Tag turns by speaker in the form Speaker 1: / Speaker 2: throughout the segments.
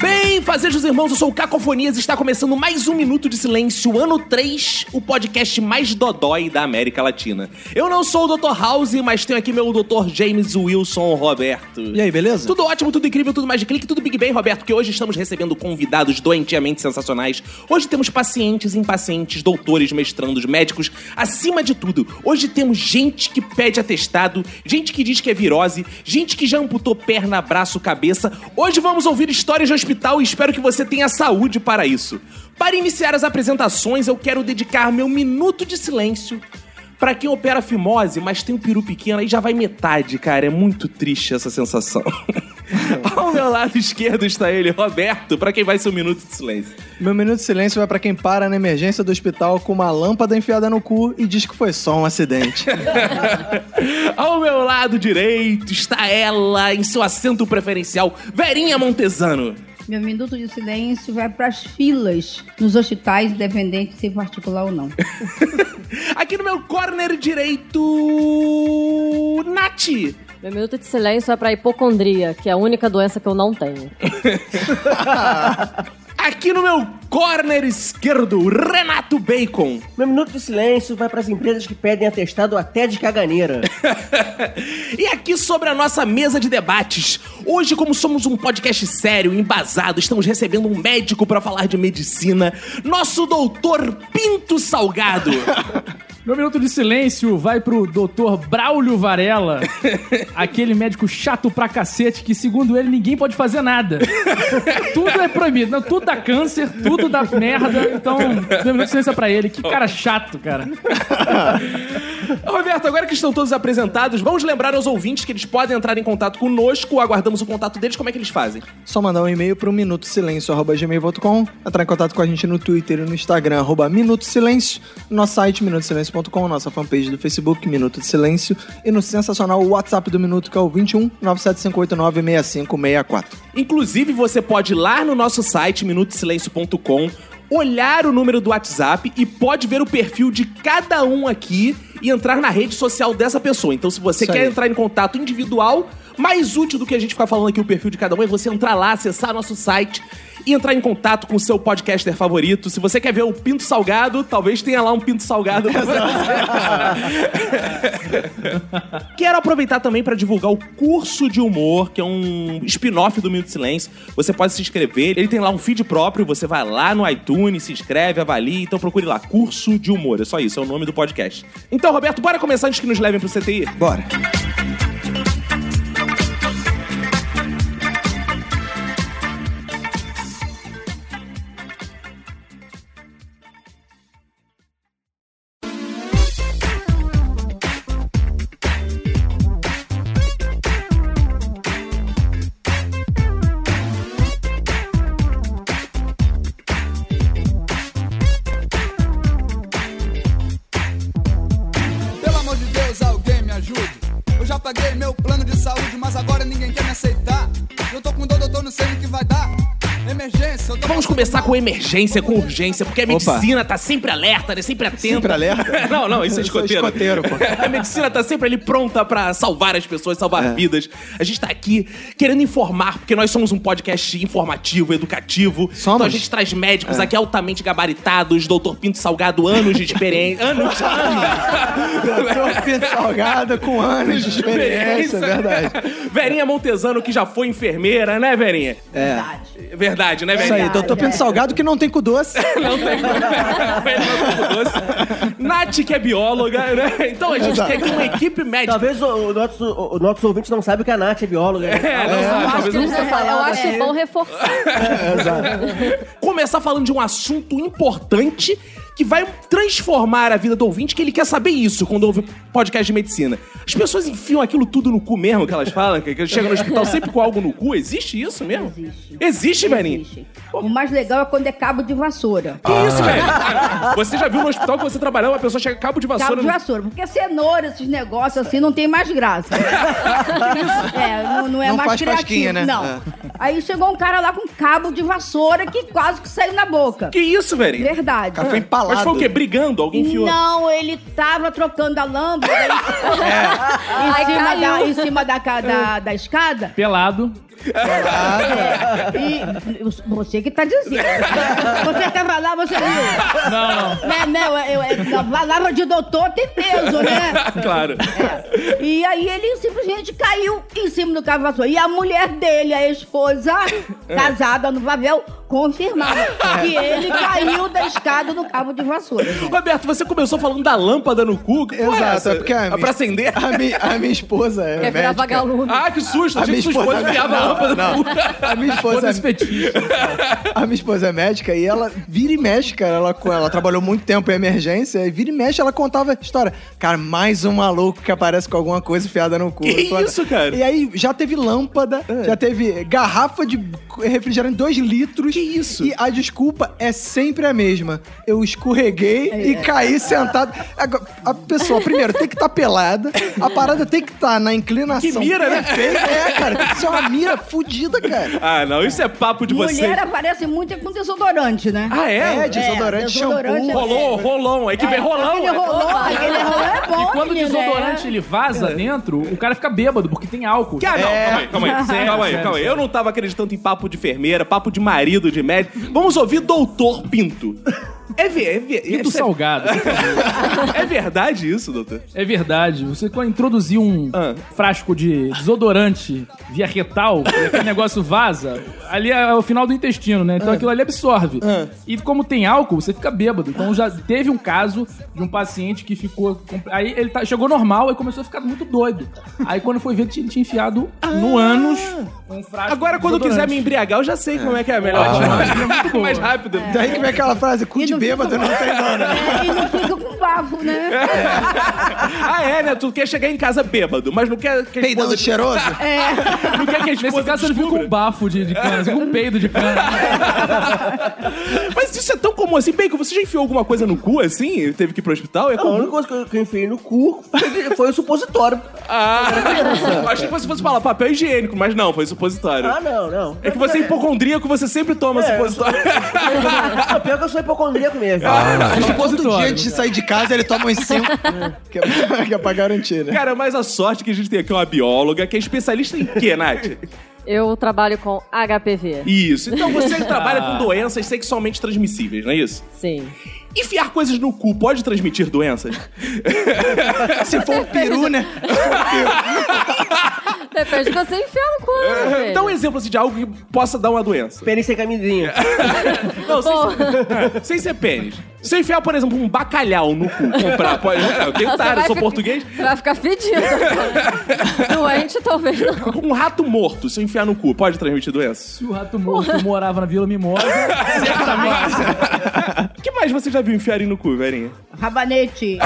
Speaker 1: Bem, fazejos irmãos, eu sou o Cacofonias e está começando mais um Minuto de Silêncio, ano 3, o podcast mais dodói da América Latina. Eu não sou o Dr. House, mas tenho aqui meu Dr. James Wilson Roberto.
Speaker 2: E aí, beleza?
Speaker 1: Tudo ótimo, tudo incrível, tudo mais de clique, tudo Big Bang, Roberto, que hoje estamos recebendo convidados doentiamente sensacionais. Hoje temos pacientes, impacientes, doutores, mestrandos, médicos. Acima de tudo, hoje temos gente que pede atestado, gente que diz que é virose, gente que já amputou perna, braço, cabeça. Hoje vamos ouvir histórias de hospital e espero que você tenha saúde para isso. Para iniciar as apresentações, eu quero dedicar meu minuto de silêncio Pra quem opera fimose, mas tem um peru pequeno, aí já vai metade, cara. É muito triste essa sensação. Ao meu lado esquerdo está ele, Roberto, pra quem vai ser um minuto de silêncio.
Speaker 2: Meu minuto de silêncio vai pra quem para na emergência do hospital com uma lâmpada enfiada no cu e diz que foi só um acidente.
Speaker 1: Ao meu lado direito está ela, em seu assento preferencial, Verinha Montesano.
Speaker 3: Meu minuto de silêncio vai para as filas nos hospitais, independente se particular ou não.
Speaker 1: Aqui no meu corner direito, Nath.
Speaker 4: Meu minuto de silêncio é pra hipocondria, que é a única doença que eu não tenho.
Speaker 1: Aqui no meu corner esquerdo, Renato Bacon.
Speaker 5: Meu minuto de silêncio vai para as empresas que pedem atestado até de caganeira.
Speaker 1: e aqui sobre a nossa mesa de debates. Hoje, como somos um podcast sério, embasado, estamos recebendo um médico para falar de medicina, nosso doutor Pinto Salgado.
Speaker 6: Meu minuto de silêncio vai pro Dr. Braulio Varela, aquele médico chato pra cacete que, segundo ele, ninguém pode fazer nada. tudo é proibido, não, tudo dá câncer, tudo dá merda, então meu minuto de silêncio é pra ele. Que cara chato, cara.
Speaker 1: Roberto, agora que estão todos apresentados, vamos lembrar aos ouvintes que eles podem entrar em contato conosco, aguardamos o contato deles, como é que eles fazem?
Speaker 2: só mandar um e-mail pro minutosilencio.gmail.com, entrar em contato com a gente no Twitter e no Instagram, arroba Minuto Silêncio, no nosso site minutosilencio.com, nossa fanpage do Facebook, Minuto de Silêncio, e no sensacional WhatsApp do Minuto, que é o 21 975896564.
Speaker 1: Inclusive, você pode ir lá no nosso site, minutosilencio.com, olhar o número do WhatsApp e pode ver o perfil de cada um aqui e entrar na rede social dessa pessoa. Então, se você
Speaker 2: Isso
Speaker 1: quer
Speaker 2: aí.
Speaker 1: entrar em contato individual, mais útil do que a gente ficar falando aqui o perfil de cada um é você entrar lá, acessar nosso site e entrar em contato com o seu podcaster favorito. Se você quer ver o Pinto Salgado, talvez tenha lá um Pinto Salgado. pra Quero aproveitar também para divulgar o curso de humor, que é um spin-off do Minuto de Silêncio. Você pode se inscrever, ele tem lá um feed próprio, você vai lá no iTunes, se inscreve, avalia, então procure lá, curso de humor. É só isso, é o nome do podcast. Então, Roberto, bora começar antes que nos levem pro CTI?
Speaker 2: Bora.
Speaker 7: Pelo amor de Deus, alguém me ajude. Eu já paguei meu plano de saúde, mas agora ninguém quer me aceitar. Eu tô com dor, doutor, não sei no que vai dar. Emergência, eu tô
Speaker 1: Vamos começar com emergência, com urgência, porque a
Speaker 2: Opa.
Speaker 1: medicina tá sempre alerta, né? Sempre atenta.
Speaker 2: Sempre alerta?
Speaker 1: não, não, isso é
Speaker 2: Eu sou
Speaker 1: escoteiro.
Speaker 2: escoteiro, pô.
Speaker 1: A medicina tá sempre ali pronta pra salvar as pessoas, salvar
Speaker 2: É.
Speaker 1: vidas. A gente tá aqui querendo informar, porque nós somos um podcast informativo, educativo.
Speaker 2: Somos. É.
Speaker 1: Então a gente traz médicos aqui altamente gabaritados, doutor Pinto Salgado, anos de experiência. anos,
Speaker 2: Doutor Pinto Salgado com anos de experiência, é verdade.
Speaker 1: Verinha Montesano, que já foi enfermeira, né, Verinha?
Speaker 2: É.
Speaker 1: Verdade, né,
Speaker 2: Isso
Speaker 1: Verinha?
Speaker 2: aí, doutor Pinto Salgado que não tem cu doce.
Speaker 1: Não tem doce. Nath, que é bióloga, né? Então a gente tem aqui uma equipe
Speaker 2: Tá
Speaker 1: médica.
Speaker 5: Talvez o, o nosso, o, o nosso ouvinte não saiba que a Nath é bióloga.
Speaker 1: É, não,
Speaker 4: eu acho,
Speaker 1: talvez eu não tenha
Speaker 4: eu
Speaker 1: falado
Speaker 4: acho
Speaker 1: aqui.
Speaker 4: bom reforçar.
Speaker 5: é,
Speaker 1: Começar falando de um assunto importante que vai transformar a vida do ouvinte, que ele quer saber isso quando ouve podcast de medicina. As pessoas enfiam aquilo tudo no cu mesmo, que elas falam, que que chegam no hospital sempre com algo no cu. Existe isso mesmo?
Speaker 3: Existe.
Speaker 1: Existe, velhinho?
Speaker 3: Existe. O mais legal é quando é cabo de vassoura.
Speaker 1: Que
Speaker 2: Ah.
Speaker 1: isso, velho? Você já viu no hospital que você trabalhou, uma pessoa chega cabo de vassoura...
Speaker 3: Cabo de
Speaker 1: no-
Speaker 3: vassoura. Porque é cenoura, esses negócios assim, não tem mais graça. é, não, não é
Speaker 2: Não
Speaker 3: mais
Speaker 2: faz
Speaker 3: criativo.
Speaker 2: casquinha, né?
Speaker 3: Não.
Speaker 2: É.
Speaker 3: Aí chegou um cara lá com cabo de vassoura que quase que saiu na boca.
Speaker 1: Que isso, velho?
Speaker 3: Verdade.
Speaker 2: Cara, foi empalado.
Speaker 1: Mas foi o quê? Brigando? Alguém enfiou?
Speaker 3: Não, ele tava trocando a lâmpada em,
Speaker 1: É.
Speaker 3: em cima, da, em cima da, ca- da- da escada.
Speaker 6: Pelado.
Speaker 3: É. E você que tá dizendo. Você tava lá, você
Speaker 6: Não,
Speaker 3: viu.
Speaker 6: não.
Speaker 3: Né, não, eu, eu- a palavra de doutor tem peso, né?
Speaker 1: Claro.
Speaker 3: E aí ele simplesmente caiu em cima do cabo de vassoura. E a mulher dele, a esposa, casada no Vavel, confirmava que ele caiu da escada do cabo de vassoura.
Speaker 1: Roberto, você começou falando da lâmpada no cu. Que porra
Speaker 2: Exato,
Speaker 1: essa?
Speaker 2: é porque a minha-
Speaker 1: Pra acender?
Speaker 2: A, mi- a minha esposa é
Speaker 4: Quer virar
Speaker 2: médica.
Speaker 4: vagalume.
Speaker 1: Ah, que susto! Achei que sua esposa enfiava a lâmpada no
Speaker 2: não.
Speaker 1: cu.
Speaker 2: A minha esposa
Speaker 6: Foda-se
Speaker 2: é,
Speaker 6: fetiche.
Speaker 2: a minha esposa é médica e ela vira e mexe, cara. Ela, ela trabalhou muito tempo em emergência e vira e mexe ela contava a história. Cara, mais um maluco que aparece com alguma coisa enfiada no cu.
Speaker 1: Que
Speaker 2: Foda.
Speaker 1: isso, cara? É.
Speaker 2: E aí já teve lâmpada, já teve garrafa de refrigerante 2 litros. Que
Speaker 1: isso?
Speaker 2: E a desculpa é sempre a mesma. Eu escorreguei
Speaker 3: É.
Speaker 2: e caí sentado. Agora, A pessoa, primeiro, tem que estar pelada. A parada tem que estar na inclinação.
Speaker 1: Que mira, né?
Speaker 2: perfeita. É, cara. Tem que ser uma mira fudida, cara.
Speaker 1: Ah, não, isso é papo de
Speaker 3: Mulher
Speaker 1: vocês.
Speaker 3: aparece muito é com desodorante, né?
Speaker 1: Ah, é?
Speaker 2: É, desodorante,
Speaker 3: É,
Speaker 2: shampoo.
Speaker 3: desodorante é-
Speaker 1: Rolou, rolou. É que vem rolão.
Speaker 3: Aquele rolão, aquele rolão é bom,
Speaker 6: E quando o
Speaker 3: menino,
Speaker 6: desodorante
Speaker 3: é.
Speaker 6: ele vaza dentro, o cara fica bêbado, porque tem álcool.
Speaker 1: Que, ah, não, calma aí, calma aí.
Speaker 6: Sério,
Speaker 1: calma aí,
Speaker 6: sério,
Speaker 1: calma aí.
Speaker 6: sério.
Speaker 1: Eu não tava acreditando em papo de enfermeira, papo de marido, de médico. Vamos ouvir Doutor Pinto. É, ver, é, ver,
Speaker 6: Pinto
Speaker 1: isso é,
Speaker 6: salgado.
Speaker 1: é verdade isso, doutor?
Speaker 6: É verdade. Você quando introduzir um
Speaker 1: Ah.
Speaker 6: frasco de desodorante via retal, e aquele negócio vaza, ali é o final do intestino, né? Então
Speaker 1: Ah.
Speaker 6: aquilo ali absorve. E como tem álcool, você fica bêbado. Então já teve um caso de um paciente que ficou. com- Aí ele tá- chegou normal e começou a ficar muito doido. Aí quando foi ver, tinha, tinha enfiado no ânus um frasco.
Speaker 1: Ah. Agora,
Speaker 6: de
Speaker 1: quando eu quiser me
Speaker 6: desodorante.
Speaker 1: embriagar, eu já sei como é que é a melhor.
Speaker 6: muito boa.
Speaker 1: mais rápido.
Speaker 2: Daí que vem é aquela frase, cu de bêbado, né? não tem dono.
Speaker 3: É, e não fica com bafo, né?
Speaker 1: Ah, é, né? Tu quer chegar em casa bêbado, mas não quer que a esposa...
Speaker 2: Peidando cheiroso.
Speaker 4: Tá.
Speaker 1: Não quer que a esposa
Speaker 6: Nesse caso, ele ficou com um bafo de, de cana, com um peido de cana.
Speaker 1: Mas isso é tão comum assim. Bacon, você já enfiou alguma coisa no cu, assim? Teve que ir pro hospital? É
Speaker 5: A única
Speaker 1: comum.
Speaker 5: coisa que eu, que eu enfiei no cu foi, foi o supositório.
Speaker 1: Ah, eu achei que você fosse falar papel higiênico, mas não, foi supositório.
Speaker 5: Ah, não, não.
Speaker 1: é que você é hipocondríaco, você sempre toma
Speaker 5: É,
Speaker 1: supositório.
Speaker 5: Ah, pior que eu sou hipocondríaco mesmo.
Speaker 1: Ah,
Speaker 2: Todo dia
Speaker 6: Supositório.
Speaker 2: antes Tá, de sair de casa, ele toma uns cinco. que, é, que é pra garantir, né?
Speaker 1: Cara, mas a sorte que a gente tem aqui é uma bióloga que é especialista em quê, Nath?
Speaker 4: Eu trabalho com HPV.
Speaker 1: Isso. Então você que trabalha com doenças sexualmente transmissíveis, não é isso?
Speaker 4: Sim.
Speaker 1: Enfiar coisas no cu pode transmitir doenças?
Speaker 2: Se for um peru, né?
Speaker 4: Depende de você enfiar no cu, né, velho?
Speaker 1: Dá um exemplo assim, de algo que possa dar uma doença.
Speaker 5: Pênis sem camisinha.
Speaker 1: Não, sem,
Speaker 4: Bom.
Speaker 1: ser- sem ser pênis. Se eu enfiar, por exemplo, um bacalhau no cu, comprar, pode. É, eu tenho tara,
Speaker 4: Você vai
Speaker 1: eu sou
Speaker 4: ficar-
Speaker 1: português.
Speaker 4: Você vai ficar fedido. cara. Doente, talvez não.
Speaker 1: Um rato morto, se eu enfiar no cu, pode transmitir doença?
Speaker 6: Se o um rato morto morava na Vila Mimosa,
Speaker 4: Tá
Speaker 6: certamente.
Speaker 1: O que mais você já viu enfiarem no cu, velhinha?
Speaker 3: Rabanete.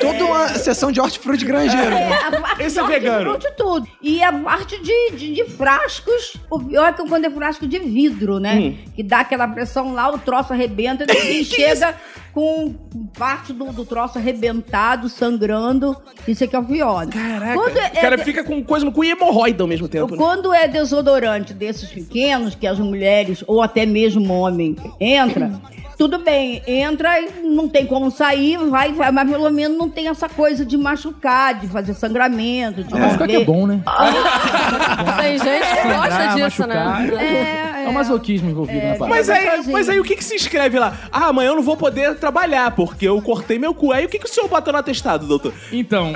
Speaker 2: Toda uma sessão de hortifruti granjeiro.
Speaker 3: É, a parte
Speaker 1: Esse
Speaker 3: de
Speaker 1: é
Speaker 3: hortifruti,
Speaker 1: vegano.
Speaker 3: tudo. E a parte de, de, de frascos, o pior é que quando é frasco de vidro, né? Que dá aquela pressão lá, o troço arrebenta e chega com um parte do, do troço arrebentado, sangrando. Isso aqui é o pior. Caraca, quando é,
Speaker 1: o cara fica com coisa no cu e hemorroida ao mesmo tempo. né?
Speaker 3: Quando é desodorante desses pequenos, que as mulheres, ou até mesmo homem, entra, tudo bem, entra e não tem como sair, vai, vai, mas pelo menos não tem essa coisa de machucar, de fazer sangramento, de
Speaker 6: Mas ficar que é
Speaker 3: morder.
Speaker 6: bom, né?
Speaker 4: Tem gente que gosta
Speaker 6: Sangrar,
Speaker 4: disso,
Speaker 6: machucar.
Speaker 4: né?
Speaker 3: É,
Speaker 6: É,
Speaker 3: é.
Speaker 6: um masoquismo envolvido na parada.
Speaker 1: Mas
Speaker 3: Vai
Speaker 1: aí,
Speaker 3: sozinho.
Speaker 1: mas aí o que que se escreve lá? Ah, amanhã eu não vou poder trabalhar porque eu cortei meu cu. Aí o que que o senhor bota no atestado, doutor?
Speaker 6: Então,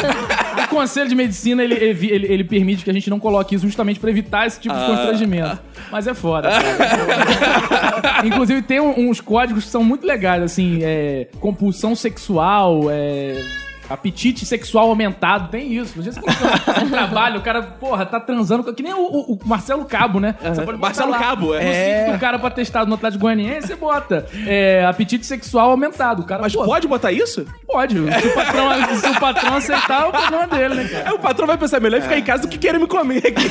Speaker 6: o Conselho de Medicina, ele, evi- ele- ele permite que a gente não coloque isso justamente pra evitar esse
Speaker 1: Ah.
Speaker 6: tipo de constrangimento. Mas é foda. cara. Inclusive, tem um- uns códigos que são muito legais, assim, é, compulsão sexual, é... Apetite sexual aumentado, tem isso. Às vezes quando você tá no trabalho, o cara, porra, tá transando. com- Que nem o, o- o Marcelo Cabo, né? Você pode botar
Speaker 1: Marcelo Cabo,
Speaker 6: no
Speaker 1: é.
Speaker 6: sítio do cara pra testar no Atlético Goianiense, você bota é, apetite sexual aumentado. O cara,
Speaker 1: Mas
Speaker 6: pô,
Speaker 1: pode botar isso?
Speaker 6: pode. Se o patrão, se o patrão aceitar, é o problema dele, né, cara?
Speaker 1: Aí o patrão vai pensar, é melhor
Speaker 4: É.
Speaker 1: ficar em casa do que querer me comer aqui.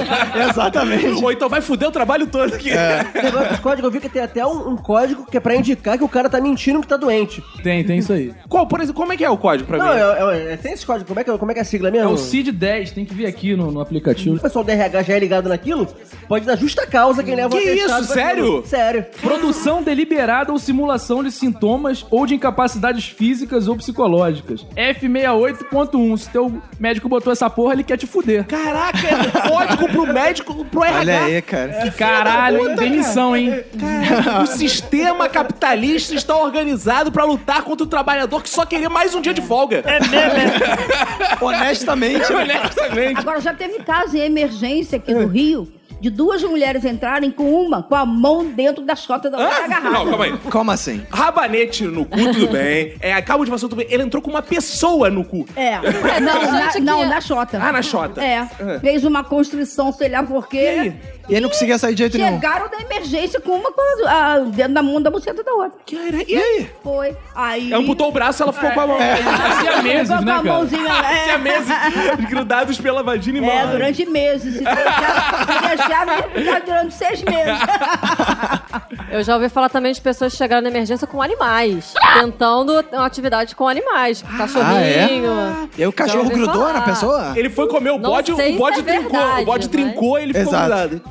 Speaker 2: Exatamente.
Speaker 1: Ou então vai fuder o trabalho todo aqui.
Speaker 4: É.
Speaker 5: Esse negócio dos códigos, eu vi que tem até um, um código que é pra indicar que o cara tá mentindo que tá doente.
Speaker 6: Tem, tem isso aí.
Speaker 1: Qual, por exemplo, como é que é o código pra
Speaker 5: Não,
Speaker 1: mim?
Speaker 5: é, é- é- tem esse código, como é que, é- como é, que é a sigla mesmo?
Speaker 1: um
Speaker 6: É o CID 10, tem que vir aqui no, no aplicativo.
Speaker 5: O pessoal do RH já é ligado naquilo, pode dar justa causa quem leva o
Speaker 1: Que
Speaker 5: atestado
Speaker 1: isso,
Speaker 5: pra aquilo.
Speaker 1: sério?
Speaker 5: Sério.
Speaker 6: Produção deliberada ou simulação de sintomas ou de incapacidades físicas ou psicológicas. F68.1. Se teu médico botou essa porra, ele quer te fuder.
Speaker 1: Caraca, é código pro médico, pro
Speaker 2: Olha
Speaker 1: RH.
Speaker 2: aí, cara.
Speaker 6: Caralho, hein? demissão, hein?
Speaker 1: Cara, o sistema capitalista está organizado pra lutar contra o trabalhador que só queria mais um dia de folga. É
Speaker 2: Honestamente,
Speaker 1: Honestamente.
Speaker 3: Agora, já teve caso em emergência aqui no Rio de duas mulheres entrarem com uma com a mão dentro das costas da outra
Speaker 1: Ah, Não,
Speaker 3: agarrada.
Speaker 1: calma aí.
Speaker 2: como assim?
Speaker 1: Rabanete no cu, tudo bem. É, acabo de passar tudo bem. Ele entrou com uma pessoa no cu.
Speaker 3: É. Não, é-
Speaker 4: tem
Speaker 3: na,
Speaker 4: gente
Speaker 3: não,
Speaker 4: que-
Speaker 3: na chota.
Speaker 1: Ah, na chota.
Speaker 3: É. Fez uma constrição, sei lá
Speaker 1: E
Speaker 3: porquê.
Speaker 1: aí?
Speaker 2: E ele não conseguia sair de jeito nenhum.
Speaker 3: Chegaram da emergência com uma com a, a, dentro da mão da buceta da outra.
Speaker 1: Cara, e aí?
Speaker 3: Foi.
Speaker 6: É
Speaker 3: Aí.
Speaker 6: um
Speaker 1: Amputou o braço, ela ficou com a mão.
Speaker 2: É.
Speaker 6: Fazia meses,
Speaker 3: Ficou com
Speaker 6: né,
Speaker 3: a
Speaker 6: cara?
Speaker 3: mãozinha. é.
Speaker 1: Tinha meses grudados pela vagina e mão.
Speaker 3: É, durante meses. Se deixar, se deixar, vai ficar durante seis meses.
Speaker 4: Eu já ouvi falar também de pessoas que chegaram na emergência com animais, tentando uma atividade com animais,
Speaker 1: Ah, é?
Speaker 4: com cachorrinho.
Speaker 2: E aí o cachorro
Speaker 4: ouvi
Speaker 2: grudou
Speaker 4: falar.
Speaker 2: na pessoa?
Speaker 1: Ele foi comer o
Speaker 4: Não
Speaker 1: bode,
Speaker 4: sei
Speaker 1: o
Speaker 4: se
Speaker 1: bode
Speaker 4: é
Speaker 1: trincou.
Speaker 4: verdade,
Speaker 1: o bode
Speaker 4: mas-
Speaker 1: trincou ele ficou
Speaker 2: Exato.
Speaker 1: grudado.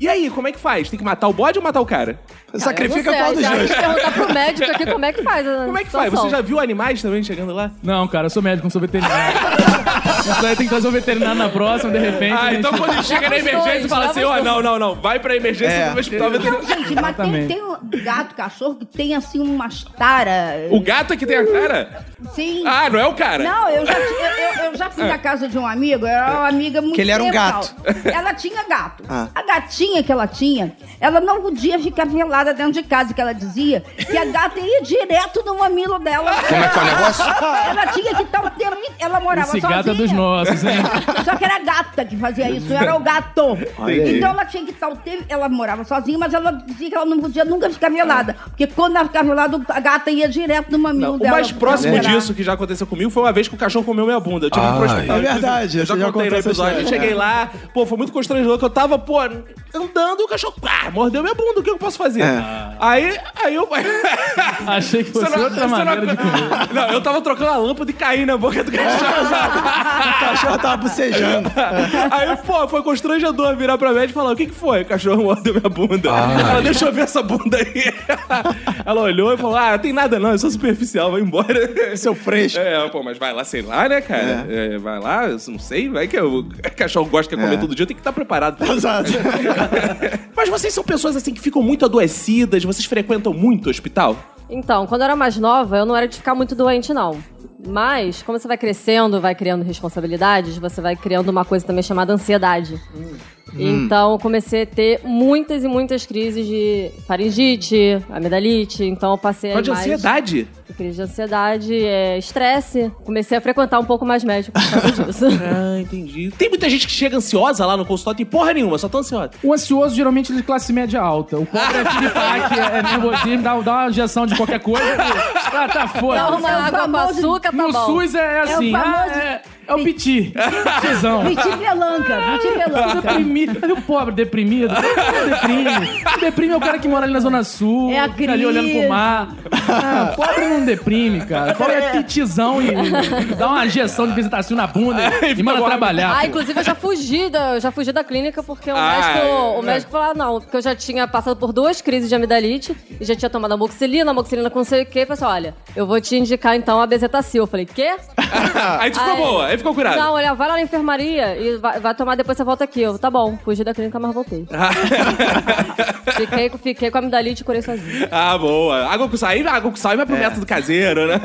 Speaker 1: E aí, como é que faz? Tem que matar o bode ou matar o cara?
Speaker 2: Sacrifica
Speaker 4: Não sei,
Speaker 2: qual dos
Speaker 4: já
Speaker 2: dois?
Speaker 4: Tem que perguntar pro médico aqui como é que faz. a
Speaker 1: Como é que faz? Você
Speaker 4: situação.
Speaker 1: já viu animais também chegando lá?
Speaker 6: Não, cara, eu sou médico, não sou veterinário. Isso aí tem que trazer um veterinário na próxima, de repente.
Speaker 1: Ah,
Speaker 6: a gente-
Speaker 1: então quando ele chega na
Speaker 4: Leva os
Speaker 1: emergência e
Speaker 4: dois,
Speaker 1: fala
Speaker 4: leva
Speaker 1: assim,
Speaker 4: os
Speaker 1: ó,
Speaker 4: dois.
Speaker 1: não, não, não, vai pra emergência
Speaker 2: É.
Speaker 1: do hospital veterinário.
Speaker 3: Gente, mas tem,
Speaker 6: Exatamente.
Speaker 3: tem um gato, cachorro que tem assim umas taras. assim,
Speaker 1: O gato é que tem a cara?
Speaker 3: Sim.
Speaker 1: Ah, não é o cara?
Speaker 3: Não, eu já, ti- eu, eu- eu já fui na casa de um amigo, era uma amiga muito
Speaker 2: Ah. Que ele era um
Speaker 3: tempo,
Speaker 2: gato.
Speaker 3: tal. Ela tinha gato.
Speaker 2: Ah.
Speaker 3: A gatinha que ela tinha, ela não podia ficar velada dentro de casa, que ela dizia que a gata ia direto no mamilo dela. Como é que é o negócio? Ela tinha que estar o tempo. Ela morava
Speaker 6: Esse
Speaker 3: sozinha.
Speaker 6: gato é dos nossos, hein?
Speaker 3: Só que era a gata que fazia isso, não era o gato.
Speaker 2: Olha aí.
Speaker 3: Então ela tinha que estar o tempo. Ela morava sozinha, mas ela dizia que ela não podia nunca ficar velada. Porque quando ela ficava velada, a gata ia direto no mamilo
Speaker 1: Não, o
Speaker 3: dela.
Speaker 1: mais próximo
Speaker 3: Era.
Speaker 1: disso que já aconteceu comigo foi uma vez que o cachorro comeu minha bunda. Eu tive que ir pro
Speaker 8: Ai.
Speaker 1: hospital.
Speaker 2: É verdade,
Speaker 1: Eu já,
Speaker 2: você
Speaker 1: contei
Speaker 2: já
Speaker 1: no
Speaker 2: contou essa
Speaker 1: episódio. Eu
Speaker 2: história.
Speaker 1: cheguei lá, pô, foi muito constrangedor que eu tava, pô, andando e o cachorro pá, mordeu minha bunda. O que eu posso fazer?
Speaker 2: É.
Speaker 1: Aí, aí eu.
Speaker 6: Achei que fosse outra maneira de comer.
Speaker 1: Não, eu tava trocando a lâmpada e caí na boca do cachorro.
Speaker 2: O cachorro tava bucejando.
Speaker 1: Aí, pô, foi constrangedor virar pra médica e falar: o que que foi? O cachorro mordeu minha bunda. Ela, deixa eu ver essa bunda aí. Ela olhou e falou: ah, não tem nada não, é só superficial, vai embora.
Speaker 2: Seu fresco.
Speaker 1: É, pô, mas vai lá, sei lá, né, cara? É, vai lá, eu não sei, vai que o cachorro gosta que comer
Speaker 2: É.
Speaker 1: todo dia, tem que estar preparado.
Speaker 2: Exato.
Speaker 1: mas vocês são pessoas assim que ficam muito adoecidas, vocês frequentam muito o hospital?
Speaker 4: Então, quando eu era mais nova, eu não era de ficar muito doente, não. Mas, como você vai crescendo, vai criando responsabilidades, você vai criando uma coisa também chamada ansiedade.
Speaker 1: Hum.
Speaker 4: Então, eu comecei a ter muitas e muitas crises de faringite, amidalite. Então, eu passei
Speaker 1: Mas de
Speaker 4: mais...
Speaker 1: ansiedade.
Speaker 4: Crise de ansiedade, é, estresse. Comecei a frequentar um pouco mais médicos por causa disso.
Speaker 1: Ah, entendi. Tem muita gente que chega ansiosa lá no consultório, tem porra nenhuma, só tá ansiosa.
Speaker 6: O ansioso geralmente é de classe média alta. O pobre é piripaque, é nervosismo, dá, dá uma injeção de qualquer coisa. Ah, tá
Speaker 4: Dá
Speaker 6: foda.
Speaker 4: uma água com
Speaker 3: famoso-
Speaker 4: açúcar, tá
Speaker 6: No
Speaker 4: bom.
Speaker 6: SUS é, é assim,
Speaker 3: famoso-
Speaker 6: ah, é, é o piti. Pitizão.
Speaker 3: Viti Pelanca, Viti Pelanca.
Speaker 6: Deprimido. Cadê o pobre deprimido? é Não Deprime. O deprime é o cara que mora ali na Zona Sul.
Speaker 3: É a
Speaker 6: Tá ali
Speaker 3: crise.
Speaker 6: olhando pro mar. Ah, pobre não deprime, cara. Pobre é pitizão e dá uma injeção de visitação na bunda e manda trabalhar.
Speaker 4: Ah, inclusive eu já fugi da, eu já fugi da clínica porque o
Speaker 1: É Ah,
Speaker 4: médico,
Speaker 1: é.
Speaker 4: o médico falou, ah, não, porque eu já tinha passado por duas crises de amidalite e já tinha tomado amoxilina, amoxilina com não sei o quê. Ele falou assim, olha, eu vou te indicar então a bezetacil. Eu falei, quê?
Speaker 1: aí tu ficou
Speaker 4: Ai.
Speaker 1: boa, aí ficou curado.
Speaker 4: Não, olha, vai lá na enfermaria e vai, vai tomar, depois você volta aqui. Eu, tá bom, fugi da clínica, mas voltei. fiquei, fiquei com a amidalite e curei sozinha.
Speaker 1: Ah, boa. Água com sal, aí água com sal aí vai pro
Speaker 2: É.
Speaker 1: método caseiro, né?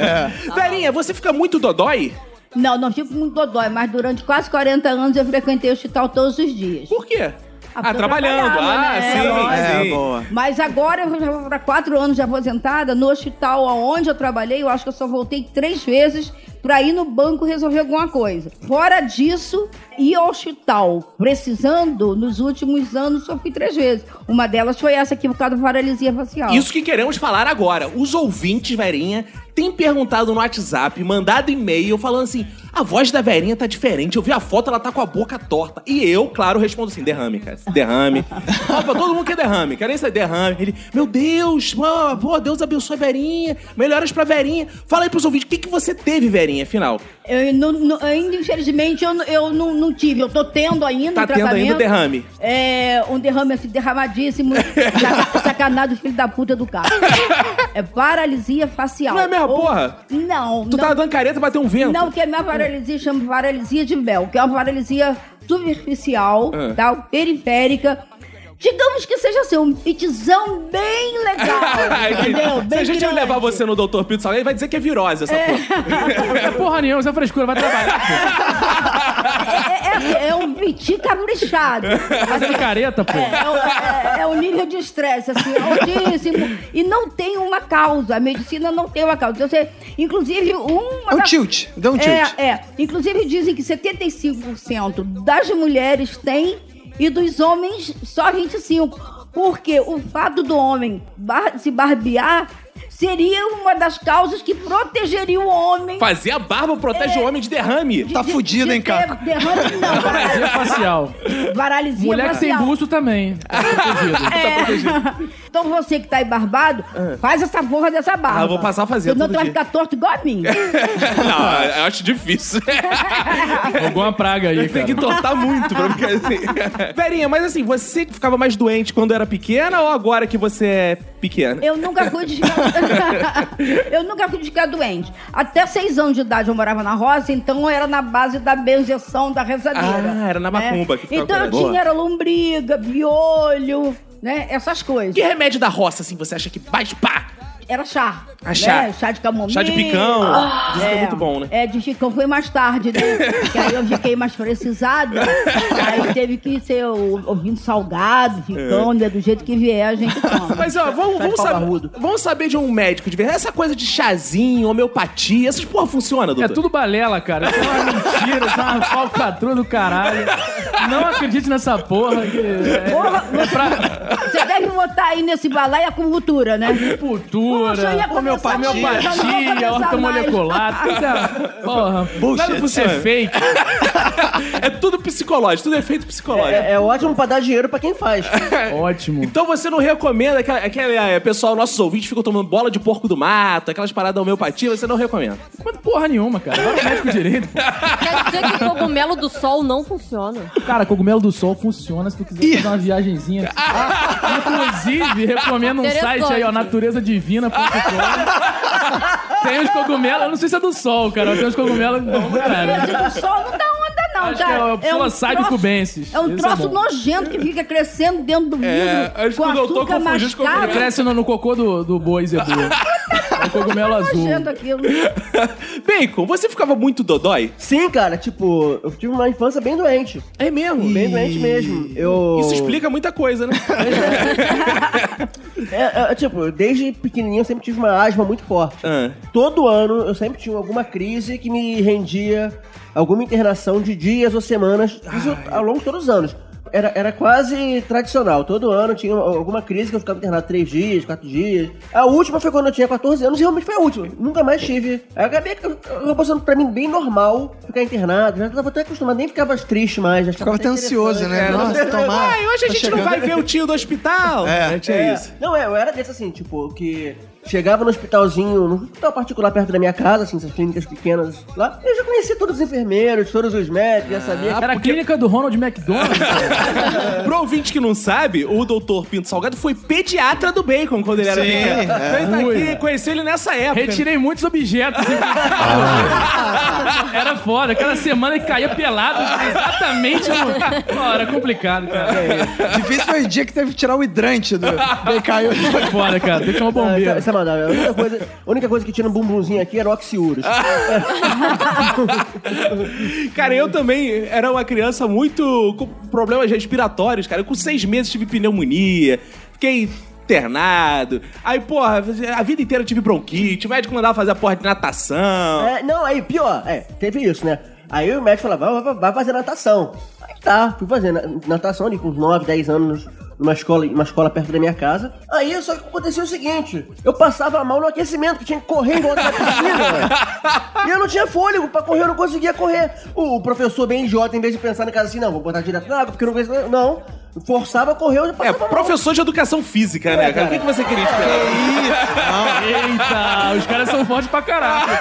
Speaker 1: Verinha, você fica muito dodói?
Speaker 3: Não, não fico muito dodói, mas durante quase 40 anos eu frequentei o hospital todos os dias.
Speaker 1: Por quê? Ah,
Speaker 3: Ah, porque eu
Speaker 1: trabalhando.
Speaker 3: trabalhava,
Speaker 1: Ah,
Speaker 3: né?
Speaker 1: sim,
Speaker 3: É,
Speaker 2: É,
Speaker 1: sim.
Speaker 2: boa.
Speaker 3: Mas agora eu já vou para quatro anos de aposentada no hospital onde eu trabalhei. Eu acho que eu só voltei três vezes pra ir no banco resolver alguma coisa. Fora disso, ir ao hospital. Precisando, nos últimos anos, só fui três vezes. Uma delas foi essa aqui, por causa da paralisia facial.
Speaker 1: Isso que queremos falar agora. Os ouvintes, Verinha, têm perguntado no WhatsApp, mandado e-mail, falando assim: a voz da Verinha tá diferente, eu vi a foto, ela tá com a boca torta. E eu, claro, respondo assim: derrame, cara. Derrame. Fala pra todo mundo que é derrame, cara. Isso é derrame. Ele, meu Deus, pô, pô, Deus abençoe a Verinha, melhoras pra Verinha. Fala aí pros ouvintes, o que, que você teve, Verinha, afinal?
Speaker 3: Eu, não- não- ainda, infelizmente, eu, não- eu não, não tive. Eu tô tendo ainda
Speaker 1: Tá
Speaker 3: um
Speaker 1: tendo
Speaker 3: tratamento.
Speaker 1: ainda derrame.
Speaker 3: É, um derrame assim, derramadíssimo. saca- sacanagem do filho da puta do cara. É paralisia facial.
Speaker 1: Não é mesmo,
Speaker 3: Ou-
Speaker 1: porra?
Speaker 3: Não,
Speaker 1: Tu
Speaker 3: não.
Speaker 1: tava dando careta pra ter um vento.
Speaker 3: Não, que a minha paralisia chama paralisia de Bell, que é uma paralisia superficial,
Speaker 1: Ah.
Speaker 3: tá? periférica. Digamos que seja assim, um pitizão bem legal, entendeu?
Speaker 1: Se a
Speaker 3: Bem
Speaker 1: gente
Speaker 3: grande.
Speaker 1: levar você no Dr. Pito Salé, ele vai dizer que é virose essa porra.
Speaker 6: É porra nenhuma, isso é frescura, vai trabalhar.
Speaker 3: É, é- é um piti caprichado.
Speaker 6: Pô. Fazendo careta, pô.
Speaker 3: É, o- é- é o nível de estresse, assim, altíssimo. E não tem uma causa. A medicina não tem uma causa. Então, Você, inclusive, uma.
Speaker 2: É um
Speaker 3: da-
Speaker 2: tilt, deu um tilt.
Speaker 3: É, é. Inclusive, dizem que 75% das mulheres têm e dos homens só 25%. Porque o fato do homem bar- se barbear seria uma das causas que protegeria o homem.
Speaker 1: Fazer a barba protege
Speaker 3: É.
Speaker 1: o homem de derrame.
Speaker 2: Tá fudido, hein,
Speaker 3: ter
Speaker 2: Caco?
Speaker 3: Derrame não,
Speaker 6: Paralisia facial.
Speaker 3: paralisia- paralisia
Speaker 6: Mulher que tem
Speaker 3: facial.
Speaker 6: busto também.
Speaker 3: É. Então você que tá aí barbado, faz essa porra dessa barba.
Speaker 1: Ah, eu vou passar a fazer
Speaker 3: Senão
Speaker 1: todo
Speaker 3: tu vai
Speaker 1: dia.
Speaker 3: ficar torto igual a mim.
Speaker 1: não, eu acho difícil.
Speaker 6: Alguma praga aí,
Speaker 1: Tem
Speaker 6: cara.
Speaker 1: que tortar muito pra ficar assim. Verinha, mas assim, você que ficava mais doente quando era pequena ou agora que você é pequena?
Speaker 3: Eu nunca fui de ficar... Eu nunca fui de ficar doente. Até seis anos de idade eu morava na roça, então eu era na base da benzeção, da rezadeira.
Speaker 1: Ah, era na macumba que ficava
Speaker 3: Então eu
Speaker 1: curado. Boa.
Speaker 3: tinha era lombriga, piolho, né? Essas coisas.
Speaker 1: Que remédio da roça, assim, você acha que mais pá?
Speaker 3: Era chá.
Speaker 1: Ah, chá.
Speaker 3: né? Chá de camomila. Ah,
Speaker 1: Chá de picão. Dizem que é muito bom, né?
Speaker 3: É, de picão foi mais tarde, né? que aí eu fiquei mais precisada. aí teve que ser o- ouvindo salgado, picão,
Speaker 1: É.
Speaker 3: né? Do jeito que vier, a gente toma.
Speaker 1: Mas ó, vamos, vamos,
Speaker 5: pau
Speaker 1: saber,
Speaker 5: barrudo.
Speaker 1: vamos saber de um médico de verdade. Essa coisa de chazinho, homeopatia, essas porra funciona, doutor?
Speaker 6: É tudo balela, cara. Isso é uma mentira, isso é uma falcatrua do caralho. Não acredite nessa porra. Que é,
Speaker 3: Porra,
Speaker 6: é pra
Speaker 3: Você deve botar aí nesse balaio a cultura, né? Poxa, é eu
Speaker 6: cultura,
Speaker 3: ia começar mais, eu não vou
Speaker 6: homeopatia,
Speaker 3: começar
Speaker 6: ortomolecular. Tudo é, porra,
Speaker 1: Nada
Speaker 6: é
Speaker 1: funciona.
Speaker 6: fake.
Speaker 1: É tudo psicológico, tudo efeito psicológico.
Speaker 5: É, é ótimo pra dar dinheiro pra quem faz.
Speaker 6: Ótimo.
Speaker 1: Então você não recomenda aquela, aquele eh, pessoal, nossos ouvintes ficam tomando bola de porco do mato, aquelas paradas da homeopatia, você não recomenda.
Speaker 6: Mas porra nenhuma, cara. Vai no médico direito. pô.
Speaker 4: Quer dizer que cogumelo do sol não funciona.
Speaker 6: Cara, cogumelo do sol funciona se tu quiser fazer uma viagenzinha. Ah, Inclusive, recomendo um
Speaker 4: Interessante.
Speaker 6: site aí, ó, naturezadivina.com. Tem uns cogumelos, eu não sei se é do sol, cara. Tem uns cogumelos bons, cara.
Speaker 3: Esse do sol não dá onda, não,
Speaker 6: né? Acho
Speaker 3: cara. um
Speaker 6: que é o psilocybe
Speaker 3: troço-
Speaker 6: cubensis.
Speaker 3: É um
Speaker 6: Esse
Speaker 3: troço
Speaker 6: é bom.
Speaker 3: nojento que fica crescendo dentro do vidro.
Speaker 1: É, acho
Speaker 3: com
Speaker 1: que o doutor
Speaker 3: açúcar
Speaker 1: confundiu isso com
Speaker 3: mascavo.
Speaker 6: Cresce no, no cocô do, do boi Zebu. É um cogumelo azul.
Speaker 3: Nojento aquilo.
Speaker 1: Bacon, você ficava muito dodói?
Speaker 5: Sim, cara, tipo, eu tive uma infância bem doente.
Speaker 1: É mesmo?
Speaker 5: Bem doente mesmo. Eu.
Speaker 1: Hum. Isso explica muita coisa, né?
Speaker 5: É, é, tipo, desde pequenininho eu sempre tive uma asma muito forte.
Speaker 1: Ah.
Speaker 5: Todo ano eu sempre tinha alguma crise que me rendia alguma internação de dias ou semanas, isso ao longo de todos os anos. Era, era quase tradicional. Todo ano tinha alguma crise que eu ficava internado três dias, quatro dias. A última foi quando eu tinha 14 anos e realmente foi a última. Nunca mais tive. Aí Acabei eu- eu- eu passando pra mim bem normal ficar internado. Já tava até acostumado, nem ficava triste mais. Já
Speaker 2: Ficava até ansioso, né? Nossa, tomar.
Speaker 1: Ai, É, hoje a gente não vai ver o tio do hospital. Tá É, tinha
Speaker 5: É.
Speaker 1: isso.
Speaker 5: Não, é, eu era desse assim, tipo, que chegava no hospitalzinho, num hospital particular perto da minha casa, assim, essas clínicas pequenas lá. Eu já conhecia todos os enfermeiros, todos os médicos, já sabia.
Speaker 6: Era a clínica do Ronald McDonald.
Speaker 1: Pro ouvinte que não sabe, o doutor Pinto Salgado foi pediatra do Bacon quando ele era
Speaker 2: Sim,
Speaker 1: pequeno. Então ele tá
Speaker 6: Fui.
Speaker 1: aqui, conheceu ele nessa época.
Speaker 6: Retirei muitos objetos. Era foda. Cada semana que caía pelado exatamente no... Pô, era complicado, cara.
Speaker 2: Difícil foi o dia que teve que tirar o hidrante do. Daí caiu.
Speaker 6: Foi foda, cara. Tem que chamar o
Speaker 5: Ah,
Speaker 6: bombeiro.
Speaker 5: essa- essa é uma da- a única, coisa, a única coisa que tinha no bumbumzinho aqui era o oxiúros.
Speaker 1: Cara, eu também era uma criança muito com problemas respiratórios, cara. Eu com seis meses tive pneumonia, fiquei internado. Aí, porra, a vida inteira eu tive bronquite, o médico mandava fazer a porra de natação.
Speaker 5: É, não, aí pior, é, teve isso, né? Aí o médico falava, vai, vai- vai fazer natação. Aí tá, fui fazer na- natação ali com uns 9, 10 anos numa escola, uma escola perto da minha casa. Aí só que aconteceu o seguinte, eu passava mal no aquecimento, que tinha que correr em volta da piscina, velho. E eu não tinha fôlego pra correr, eu não conseguia correr. O, o professor bem idiota, em vez de pensar na casa assim, não, vou botar direto na água, porque eu não conheço... Não, forçava a correr, eu já
Speaker 1: É,
Speaker 5: passava mal.
Speaker 1: professor de educação física, né, cara? O que, que você queria esperar?
Speaker 6: Eita, os caras são fortes pra caraca.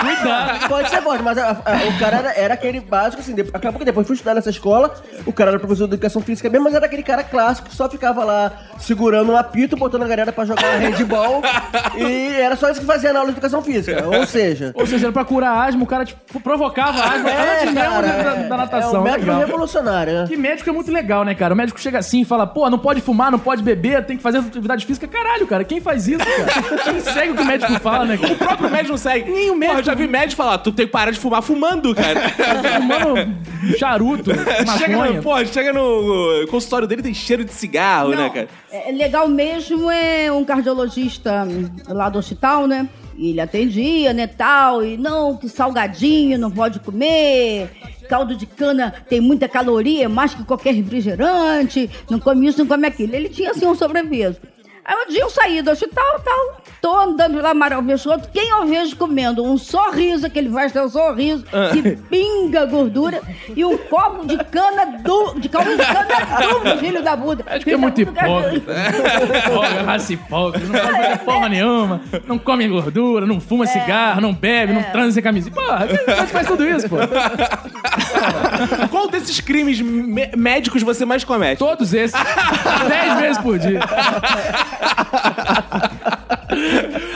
Speaker 6: Cuidado.
Speaker 5: Ah, Pode ser forte, mas a- a- o cara era, era aquele básico, assim, depois, acabou que depois fui estudar nessa escola, o cara era professor de educação física mesmo, mas era aquele cara clássico que só ficava lá segurando um apito, botando a galera pra jogar handball, e era só isso que fazia na aula de educação física, ou seja...
Speaker 6: Ou seja, era pra curar asma, o cara tipo, provocava asma antes mesmo da, da
Speaker 5: é um
Speaker 6: natação.
Speaker 5: método
Speaker 6: legal.
Speaker 5: revolucionário, né?
Speaker 6: E médico é muito legal, né, cara? O médico chega assim e fala, pô, não pode fumar, não pode beber, tem que fazer atividade física. Caralho, cara, quem faz isso, cara? Quem segue o que o médico fala, né,
Speaker 1: O
Speaker 6: cara?
Speaker 1: próprio médico não segue. Nem o médico. Porra, eu já vi médico falar, tu tem que parar de fumar fumando, cara.
Speaker 6: Fumando charuto,
Speaker 1: chega,
Speaker 6: maconha.
Speaker 1: no, porra, chega no consultório dele, tem cheiro de cigarro, né, cara?
Speaker 3: É legal mesmo é um cardiologista hum, lá do hospital, né? E Ele atendia, né, tal, e não, que salgadinho não pode comer, caldo de cana tem muita caloria, mais que qualquer refrigerante, não come isso, não come aquilo. Ele tinha, assim, um sobrepeso. Aí um dia eu saí do hospital, tal, tô andando lá, Amaral Peixoto, quem eu vejo comendo um sorriso, aquele vasto sorriso,
Speaker 1: Ah.
Speaker 3: que pinga gordura, e um copo de cana, du... de caldo de cana duro, filho da puta.
Speaker 6: Acho que é muito
Speaker 3: um
Speaker 6: hipócrita. Hipócrita, raça é hipócrita, não pode fazer porra nenhuma, não come gordura, não fuma cigarro, não bebe, não transa sem camisinha. Porra, a faz tudo isso, pô.
Speaker 1: Qual desses crimes mé- médicos você mais comete?
Speaker 6: Todos esses, dez vezes por dia.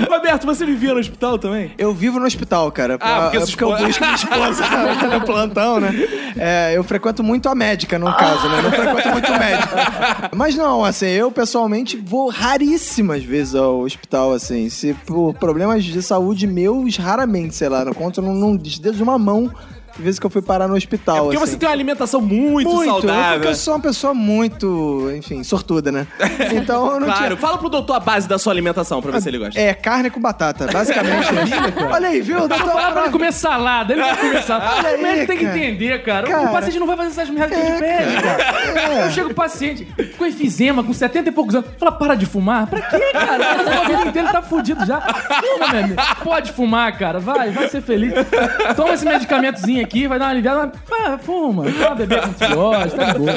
Speaker 1: Roberto, você vivia no hospital também?
Speaker 2: Eu vivo no hospital, cara.
Speaker 1: Ah, porque
Speaker 2: É
Speaker 1: sua
Speaker 2: eu
Speaker 1: esposa-
Speaker 2: busco minha esposa que tá no plantão, né? É, eu frequento muito a médica, no caso, né? Não frequento muito o médico. Mas não, assim, eu pessoalmente vou raríssimas vezes ao hospital, assim. Se por problemas de saúde meus, raramente, sei lá, não conto num, num dedo de uma mão de vezes que eu fui parar no hospital,
Speaker 1: É Porque
Speaker 2: assim.
Speaker 1: você tem uma alimentação muito,
Speaker 2: é
Speaker 1: saudável. né?
Speaker 2: Porque eu sou uma pessoa muito, enfim, sortuda, né? Então eu não tinha
Speaker 1: Claro, fala pro doutor a base da sua alimentação pra ver se ele gosta.
Speaker 2: é, carne com batata, basicamente. Olha aí, viu? Doutor
Speaker 6: Falar pra ele comer salada, ele vai comer salada.
Speaker 2: É. Olha
Speaker 6: O médico
Speaker 2: aí,
Speaker 6: tem que
Speaker 2: cara.
Speaker 6: entender, cara. O
Speaker 2: Cara. É,
Speaker 6: paciente não vai fazer essas merdas que a gente pede, cara. Eu chego o paciente com efizema, com 70 e poucos anos, fala, para de fumar. Pra quê, cara? A vida inteira ele tá fudido já. Fuma, meu amigo. Pode fumar, cara. Vai, vai ser feliz. Toma esse medicamentozinho aqui, vai dar uma aliviada. mas, pá, fuma. Vai beber com antibiótico, tá de boa.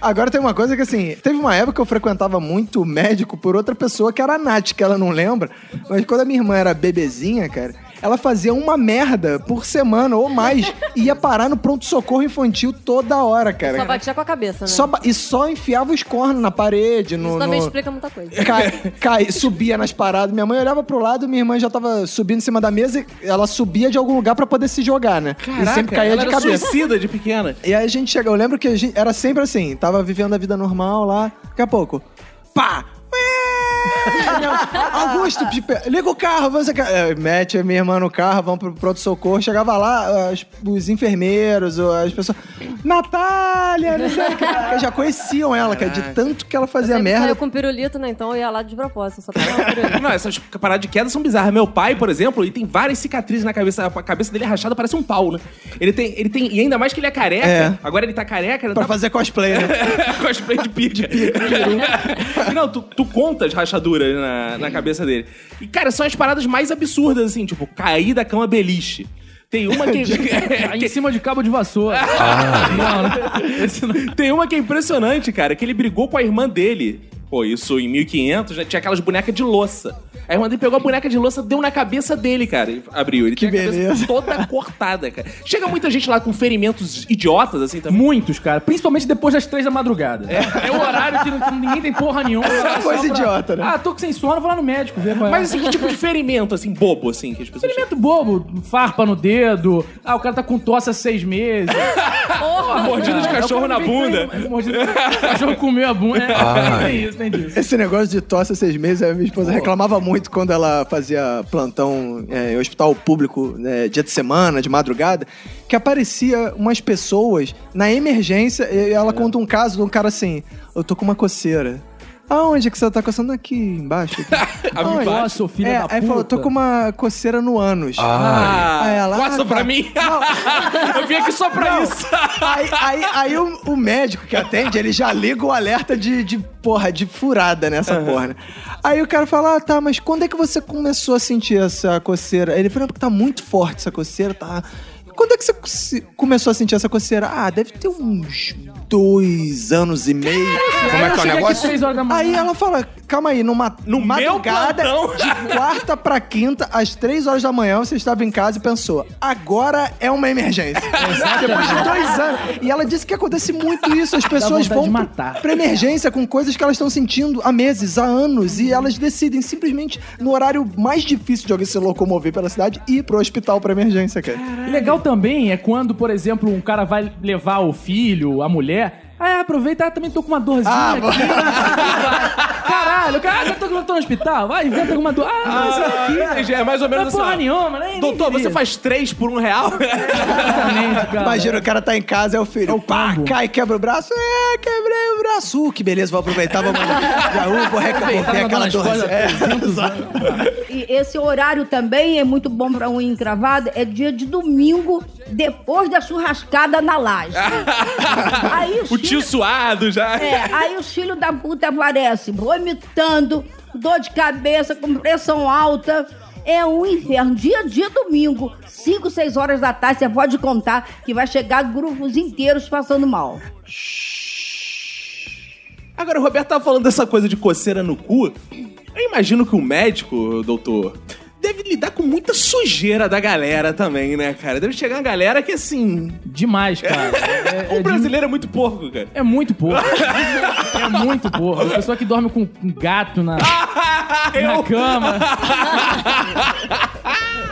Speaker 2: Agora tem uma coisa que assim, teve uma época que eu frequentava muito o médico por outra pessoa que era a Nath, que ela não lembra. Mas quando a minha irmã era bebezinha, cara, ela fazia uma merda por semana ou mais. E ia parar no pronto-socorro infantil toda hora, cara.
Speaker 4: Só batia com a cabeça, né?
Speaker 2: Só ba- e só enfiava os cornos na parede, no.
Speaker 4: Isso também
Speaker 2: no-
Speaker 4: explica muita coisa.
Speaker 2: Cai, cai- subia nas paradas. Minha mãe olhava pro lado, minha irmã já tava subindo em cima da mesa e ela subia de algum lugar pra poder se jogar, né? e sempre caía
Speaker 1: ela
Speaker 2: de
Speaker 1: era
Speaker 2: cabeça.
Speaker 1: suicida de pequena.
Speaker 2: E aí a gente chega, eu lembro que a gente era sempre assim, tava vivendo a vida normal lá, daqui a pouco, pá! Ué! Minha- Augusto, de pé, liga o carro, vamos. É, Mete a minha irmã no carro, vamos pro pronto-socorro. Chegava lá, as- os enfermeiros, as pessoas. Natália, não sei o que. que Já conheciam ela, cara, de tanto que ela fazia
Speaker 4: Sempre
Speaker 2: merda.
Speaker 4: saiu com pirulito, né? Então eu ia lá de propósito, só pra dar uma pirulita.
Speaker 1: Não, essas paradas de queda são bizarras. Meu pai, por exemplo, ele tem várias cicatrizes na cabeça. A cabeça dele é rachada, parece um pau, né? Ele tem. Ele tem e ainda mais que ele é careca.
Speaker 2: É.
Speaker 1: Agora ele tá careca, ele
Speaker 2: Pra
Speaker 1: tá
Speaker 2: fazer cosplay, né?
Speaker 1: Cosplay de Pidge. Não, tu, tu conta as rachaduras na, na cabeça dele. E, cara, são as paradas mais absurdas, assim, tipo, cair da cama beliche. Tem uma que.
Speaker 6: Aí em cima de cabo de vassoura. Não, né? Esse não.
Speaker 1: Tem uma que é impressionante, cara, que ele brigou com a irmã dele. Pô, isso em 1500, né? Tinha aquelas bonecas de louça. A irmã dele pegou a boneca de louça, deu na cabeça dele, cara, e abriu. Ele que tinha a cabeça
Speaker 2: beleza.
Speaker 1: toda cortada, cara. Chega muita gente lá com ferimentos idiotas, assim, também.
Speaker 6: Muitos, cara. Principalmente depois das três da madrugada. É, o horário que, não- que ninguém tem porra nenhuma. É
Speaker 2: coisa idiota, né?
Speaker 6: Ah, tô sem sono, vou lá no médico ver qual é.
Speaker 1: Mas, assim, que tipo de ferimento, assim, bobo, assim, que as pessoas...
Speaker 6: Experimento bobo, farpa no dedo. Ah, o cara tá com tosse há seis meses. É,
Speaker 1: Ah, Mordida de cachorro na bunda.
Speaker 6: Mordida O cachorro comeu a bunda. É, tem isso, tem isso.
Speaker 2: Esse negócio de tosse há seis meses, a minha esposa reclamava muito quando ela fazia plantão é, em hospital público, né, dia de semana, de madrugada, que aparecia umas
Speaker 1: É.
Speaker 2: pessoas na emergência e ela conta um caso de um cara assim, eu tô com uma coceira. Aonde que você tá coçando? Aqui embaixo. Aqui. Aonde?
Speaker 6: Nossa, filha
Speaker 2: é,
Speaker 6: da puta.
Speaker 2: Aí falou, tô com uma coceira no ânus.
Speaker 1: Ah,
Speaker 2: Aí ela,
Speaker 1: coça
Speaker 2: ah,
Speaker 1: pra
Speaker 2: tá.
Speaker 1: mim. eu vim aqui só pra isso.
Speaker 2: Aí, aí, aí o, o médico que atende, ele já liga o alerta de, de porra, de furada nessa porra, né? Aí o cara fala, ah, tá, mas quando é que você começou a sentir essa coceira? Ele falou, porque tá muito forte essa coceira, tá... Quando é que você se- começou a sentir essa coceira? Ah, deve ter uns dois anos e meio.
Speaker 8: Como é que é o negócio?
Speaker 6: Três horas da manhã.
Speaker 2: Aí ela fala, calma aí, numa
Speaker 1: No meu
Speaker 2: madrugada,
Speaker 1: plantão.
Speaker 2: de quarta pra quinta, às três horas da manhã, você estava em casa e pensou, agora é uma emergência. Depois de dois anos. E ela disse que acontece muito isso, as pessoas
Speaker 6: vontade
Speaker 2: vão
Speaker 6: de
Speaker 2: pra-
Speaker 6: matar.
Speaker 2: pra emergência com coisas que elas estão sentindo há meses, há anos, e elas decidem simplesmente, no horário mais difícil de alguém se locomover pela cidade, ir pro hospital pra emergência, cara.
Speaker 6: Legal também é quando, por exemplo, um cara vai levar o filho, a mulher. Ah, aproveita, ah, também tô com uma dorzinha
Speaker 2: Ah,
Speaker 6: aqui. né? Caralho, cara, ah, tô, tô no hospital. Vai, inventa alguma dor. Ah, não, isso aqui.
Speaker 1: Ah, é mais ou
Speaker 6: não
Speaker 1: menos
Speaker 6: é
Speaker 1: assim,
Speaker 6: porra
Speaker 1: ó.
Speaker 6: nenhuma, né?
Speaker 1: Doutor, você faz três por um real?
Speaker 6: Exatamente, cara.
Speaker 2: Imagina, o cara tá em casa, é o filho. pá, cai, quebra o braço. É, quebrei o braço. Uh, que beleza, vou aproveitar, vou mandar. Já uh,
Speaker 6: Tava
Speaker 2: vou recair
Speaker 6: na
Speaker 2: aquela
Speaker 6: escola
Speaker 2: dor. É,
Speaker 6: há 300 anos.
Speaker 3: E esse horário também é muito bom pra unha encravada. É dia de domingo, depois da churrascada na laje. aí os
Speaker 1: o tio
Speaker 3: filhos-
Speaker 1: suado já.
Speaker 3: É, aí os filhos da puta aparecem vomitando, dor de cabeça, com pressão alta. É um inferno. Dia de domingo, 5, 6 horas da tarde, você pode contar que vai chegar grupos inteiros passando mal.
Speaker 1: Agora, o Roberto tava falando dessa coisa de coceira no cu. Eu imagino que o médico, doutor, deve lidar com muita sujeira da galera também, né, cara? Deve chegar uma galera que, assim...
Speaker 6: Demais, cara. É, é
Speaker 1: o
Speaker 6: de-
Speaker 1: brasileiro é muito porco, cara.
Speaker 6: é muito porra. É muito porra. A pessoa que dorme com um gato na,
Speaker 1: Ah, é,
Speaker 6: na cama.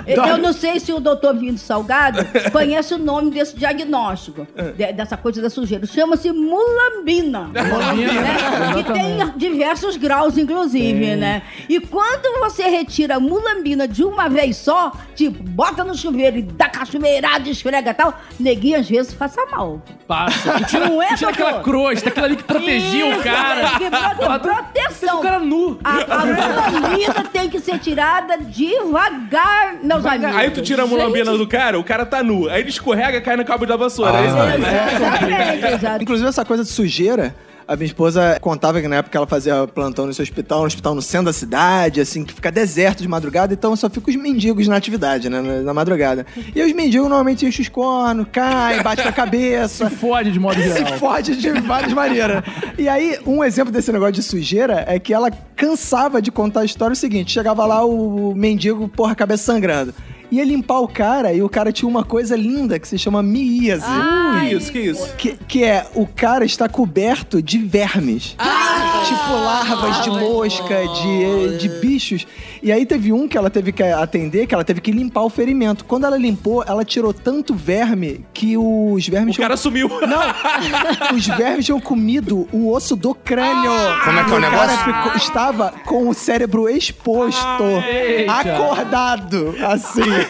Speaker 3: Eu eu não sei se o doutor Vindo Salgado conhece o nome desse diagnóstico,
Speaker 6: É.
Speaker 3: de- dessa coisa da sujeira. Chama-se mulambina.
Speaker 6: Mulambina,
Speaker 3: Né? E tem
Speaker 6: exatamente.
Speaker 3: diversos graus, inclusive, né? E quando você retira a mulambina de uma vez só, tipo, bota no chuveiro e dá cachoeirada, esfrega e tal, neguinho às vezes passa mal.
Speaker 6: Passa. E tira, um
Speaker 3: Não é,
Speaker 6: e tira
Speaker 3: doutor?
Speaker 6: aquela crosta, aquela ali que protegia
Speaker 3: Isso,
Speaker 6: o cara.
Speaker 3: que prote-
Speaker 6: Pô, tu-
Speaker 3: proteção.
Speaker 6: O cara nu.
Speaker 3: A, a mulambina tem que ser tirada devagar, meus amigos.
Speaker 1: Aí tu tira a mulambina do cara, o cara tá nu. Aí ele escorrega e cai no cabo da vassoura. Aí você- é
Speaker 3: Exatamente, exatamente.
Speaker 2: Inclusive, essa coisa de sujeira. A minha esposa contava que na época ela fazia plantão nesse hospital, um hospital no centro da cidade, assim, que fica deserto de madrugada, então só fica os mendigos na atividade, né, na, na madrugada. E os mendigos normalmente enchem os cornos, caem, batem na cabeça.
Speaker 6: Se fode de modo
Speaker 2: se
Speaker 6: geral.
Speaker 2: fode de várias maneiras. E aí, um exemplo desse negócio de sujeira é que ela cansava de contar a história o seguinte: chegava lá o mendigo, porra, cabeça sangrando. Ia limpar o cara e o cara tinha uma coisa linda que se chama miíase.
Speaker 1: Que isso, que isso?
Speaker 2: Que, que é o cara está coberto de vermes.
Speaker 4: Ah!
Speaker 2: tipo larvas de mosca, de, de bichos. E aí teve um que ela teve que atender, que ela teve que limpar o ferimento. Quando ela limpou, ela tirou tanto verme que os vermes
Speaker 1: O cara sumiu.
Speaker 2: não! Os vermes tinham comido o osso do crânio.
Speaker 8: Como é que é o
Speaker 2: O
Speaker 8: negócio?
Speaker 2: cara ficou- estava com o cérebro exposto,
Speaker 8: Ah,
Speaker 6: Eita.
Speaker 2: acordado, assim.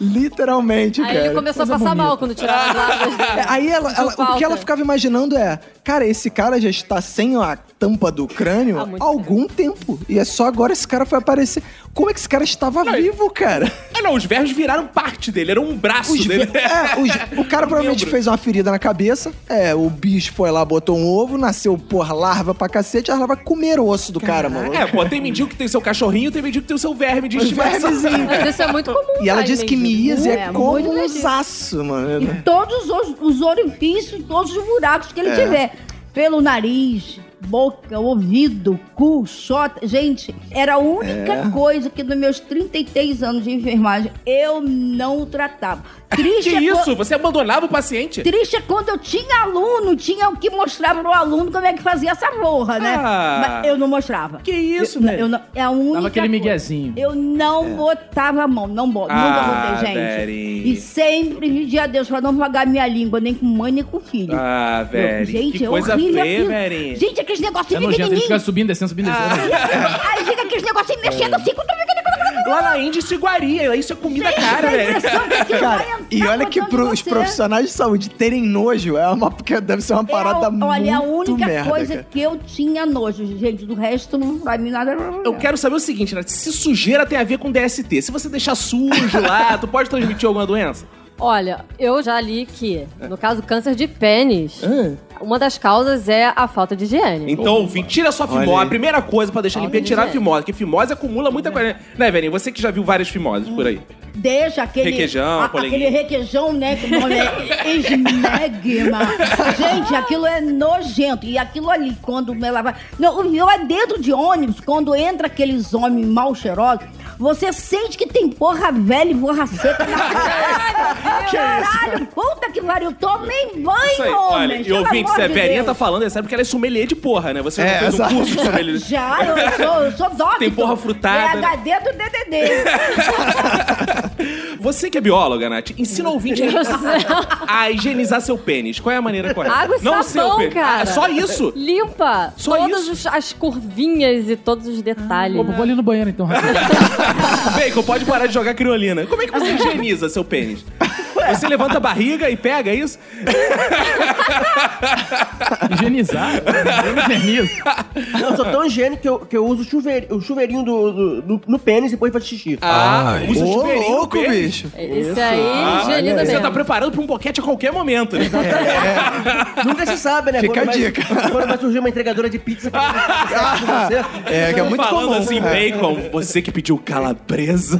Speaker 2: Literalmente,
Speaker 4: Aí
Speaker 2: cara.
Speaker 4: ele começou a passar mal quando tirava as lábias dele.
Speaker 2: É, Aí ela, ela- o que
Speaker 4: falta.
Speaker 2: ela ficava imaginando é, cara, esse cara já está sem a tampa do crânio
Speaker 4: Há muito
Speaker 2: há algum tempo. E é só agora esse cara foi aparecer. Como é que esse cara estava vivo, cara?
Speaker 1: Ah, não, os vermes viraram parte dele, era um braço
Speaker 2: Os
Speaker 1: dele.
Speaker 2: ve- é, os- o cara provavelmente
Speaker 1: Membro.
Speaker 2: fez uma ferida na cabeça. É, o bicho foi lá, botou um ovo, nasceu, porra, larva pra cacete, as larvas comeram o osso do cara, maluco.
Speaker 1: É, pô, tem mendigo que tem seu cachorrinho, tem mendigo que tem o seu verme de
Speaker 2: Os
Speaker 1: estimação.
Speaker 2: vermezinhos.
Speaker 4: Mas isso é muito comum.
Speaker 2: Um E ela
Speaker 4: cara, em
Speaker 2: disse que
Speaker 4: mendigo.
Speaker 2: Mias é,
Speaker 3: É,
Speaker 2: como
Speaker 3: muito
Speaker 2: um
Speaker 3: legítimo.
Speaker 2: zaço, mano.
Speaker 3: E todos os, os orifícios, todos os buracos que ele
Speaker 1: É.
Speaker 3: tiver. Pelo nariz, boca, ouvido, cu, chota. Gente, era a única
Speaker 1: É.
Speaker 3: coisa que nos meus 33 anos de enfermagem eu não tratava. Triste
Speaker 1: Que
Speaker 3: é quan-
Speaker 1: isso? Você abandonava o paciente?
Speaker 3: Triste é quando eu tinha aluno, tinha o que mostrar pro aluno como é que fazia essa porra, né?
Speaker 1: Ah.
Speaker 3: Mas eu não mostrava.
Speaker 1: Que isso, né?
Speaker 3: eu, não-
Speaker 1: velho?
Speaker 3: eu não, é a única
Speaker 6: Dava né? aquele
Speaker 3: coisa.
Speaker 6: miguezinho.
Speaker 3: Eu não botava a mão, não boto,
Speaker 1: Ah,
Speaker 3: nunca botei, gente.
Speaker 1: Verinha.
Speaker 3: E sempre pedi a Deus pra não pagar minha língua, nem com mãe, nem com filho.
Speaker 1: Ah, velho.
Speaker 3: gente,
Speaker 1: que
Speaker 3: é
Speaker 1: coisa
Speaker 3: horrível
Speaker 1: feia,
Speaker 3: aquilo.
Speaker 1: velho.
Speaker 3: Gente, aqueles
Speaker 6: É
Speaker 3: negocinhos
Speaker 6: nojento, ele
Speaker 3: pequenininhos. Ah.
Speaker 6: fica subindo, descendo, subindo, descendo.
Speaker 3: Aí fica aqueles negocinhos mexendo assim. quando-
Speaker 1: Lá na Índia isso é iguaria, lá isso é comida cara, velho.
Speaker 3: assim, Cara,
Speaker 2: E olha que pros profissionais de saúde terem nojo é uma porque deve ser uma parada muito
Speaker 3: Olha, é a única
Speaker 2: merda,
Speaker 3: coisa
Speaker 2: cara.
Speaker 3: que eu tinha nojo, gente, do resto, não, pra mim nada.
Speaker 1: Eu quero saber o seguinte, né? Se sujeira tem a ver com DST. Se você deixar sujo lá, tu pode transmitir alguma doença?
Speaker 4: Olha, eu já li que, no caso do câncer de pênis, uma das causas é a falta de higiene.
Speaker 1: Então, ouvinte, tira sua
Speaker 2: Olha
Speaker 1: fimose.
Speaker 2: aí.
Speaker 1: A primeira coisa pra deixar limpinha é tirar a fimose, porque fimose acumula muita coisa. Né, velhinho? Você que já viu várias fimoses por aí.
Speaker 3: Deixa aquele.
Speaker 1: Requeijão,
Speaker 3: a- aquele
Speaker 1: polenguinho.
Speaker 3: requeijão, né? Que o nome é esmegma. Gente, aquilo é nojento. E aquilo ali, quando ela vai. Não, o meu é dentro de ônibus, quando entra aqueles homens mal cheirosos, você sente que tem porra velha e porra seca na cara. Caralho, puta que pariu. Tomei
Speaker 1: Isso aí.
Speaker 3: banho,
Speaker 1: Olha,
Speaker 3: homem.
Speaker 1: e
Speaker 3: pelo
Speaker 1: ouvinte,
Speaker 3: amor
Speaker 1: se a
Speaker 3: de
Speaker 1: Verinha
Speaker 3: Deus.
Speaker 1: tá falando, é sério porque ela é sommelier de porra, né? Você
Speaker 2: É,
Speaker 1: já fez um
Speaker 2: exato.
Speaker 1: curso de sommelier.
Speaker 3: Já, eu sou, eu sou então. doctor.
Speaker 1: Tem porra frutada, né?
Speaker 3: PHD do DDD.
Speaker 1: Você que é bióloga, Nath, ensina o ouvinte a-
Speaker 2: Então-
Speaker 4: Meu Deus do céu.
Speaker 1: a higienizar seu pênis. Qual é a maneira correta?
Speaker 4: Água e
Speaker 1: Não
Speaker 4: sabão,
Speaker 1: seu pênis.
Speaker 4: cara.
Speaker 1: Ah, só isso?
Speaker 4: Limpa
Speaker 1: Só
Speaker 4: todas
Speaker 1: isso?
Speaker 4: os- as curvinhas e todos os detalhes.
Speaker 6: Opa, vou ali no banheiro então, rapidinho.
Speaker 1: Bacon, pode parar de jogar criolina. Como é que você higieniza seu pênis? Você levanta a barriga e pega é isso?
Speaker 6: Higienizar. Eu higienizo.
Speaker 5: Não, eu sou tão higiênico que eu, que eu uso o chuveiro- o chuveirinho do, do- do- no pênis e depois faz xixi.
Speaker 1: Ah,
Speaker 9: Ai.
Speaker 1: usa o
Speaker 2: Ô,
Speaker 1: chuveirinho no
Speaker 2: louco,
Speaker 1: pênis.
Speaker 2: bicho.
Speaker 4: É, Isso aí,
Speaker 2: Ah,
Speaker 4: higieniza
Speaker 1: Você
Speaker 4: mesmo.
Speaker 1: tá preparando pra um boquete a qualquer momento,
Speaker 2: É,
Speaker 1: né?
Speaker 5: Nunca se sabe, né?
Speaker 2: Fica
Speaker 5: Quando
Speaker 2: a
Speaker 5: vai-
Speaker 2: dica.
Speaker 5: Quando vai surgir uma entregadora de pizza pra você.
Speaker 2: É, que é muito
Speaker 1: Falando
Speaker 2: comum.
Speaker 1: assim,
Speaker 2: é.
Speaker 1: bacon, você que pediu calabresa.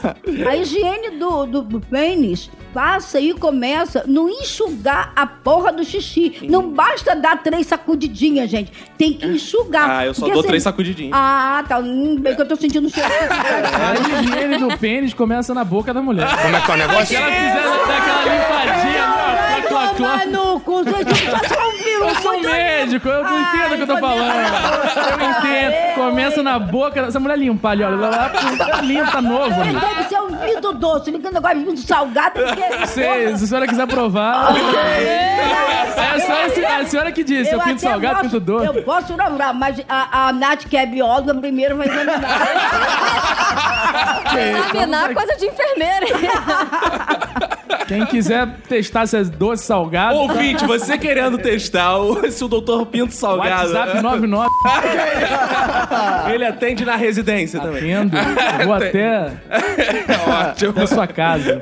Speaker 4: Tá.
Speaker 3: A higiene do, do, do pênis passa e começa no enxugar a porra do xixi. Não basta dar três sacudidinhas, gente. Tem que enxugar.
Speaker 1: Ah, eu só
Speaker 3: Porque
Speaker 1: dou
Speaker 4: assim,
Speaker 3: se-
Speaker 1: três sacudidinhas.
Speaker 3: Ah, tá. Hum, bem que eu tô sentindo cheiro.
Speaker 6: A higiene do pênis começa na boca da mulher.
Speaker 10: Como é que é o
Speaker 6: Se
Speaker 10: negócio?
Speaker 1: Ah,
Speaker 6: ela quiser
Speaker 1: né?
Speaker 6: dar aquela limpadinha, né, ó, clá, clá,
Speaker 3: Toma
Speaker 6: clá.
Speaker 3: no cu. Gente, eu só ouvi
Speaker 6: Eu
Speaker 3: um
Speaker 6: sou médico, eu não entendo o que eu tô falando. Eu entendo. Começa na boca. Essa mulher limpa ali, olha. Ela tá limpa, tá novo.
Speaker 3: Eu
Speaker 6: amigo.
Speaker 3: entendo que você é um vidro doce, não entendo agora vidro salgado, porque...
Speaker 6: Se, se a senhora quiser provar. É só esse- a senhora que disse. Eu é pinto
Speaker 3: até
Speaker 6: salgado,
Speaker 3: posso-
Speaker 6: pinto doce.
Speaker 3: Eu posso namorar, mas a, a Nath, que é bióloga, primeiro vai examinar.
Speaker 4: Examinar coisa de enfermeira.
Speaker 6: Quem quiser testar se é doce salgado.
Speaker 1: Ouvinte, você querendo testar o- se o doutor Pinto Salgado.
Speaker 6: WhatsApp 99
Speaker 1: Ele atende na residência também.
Speaker 6: Entendo. Eu Vou até
Speaker 2: é
Speaker 1: Ótimo.
Speaker 6: na sua casa.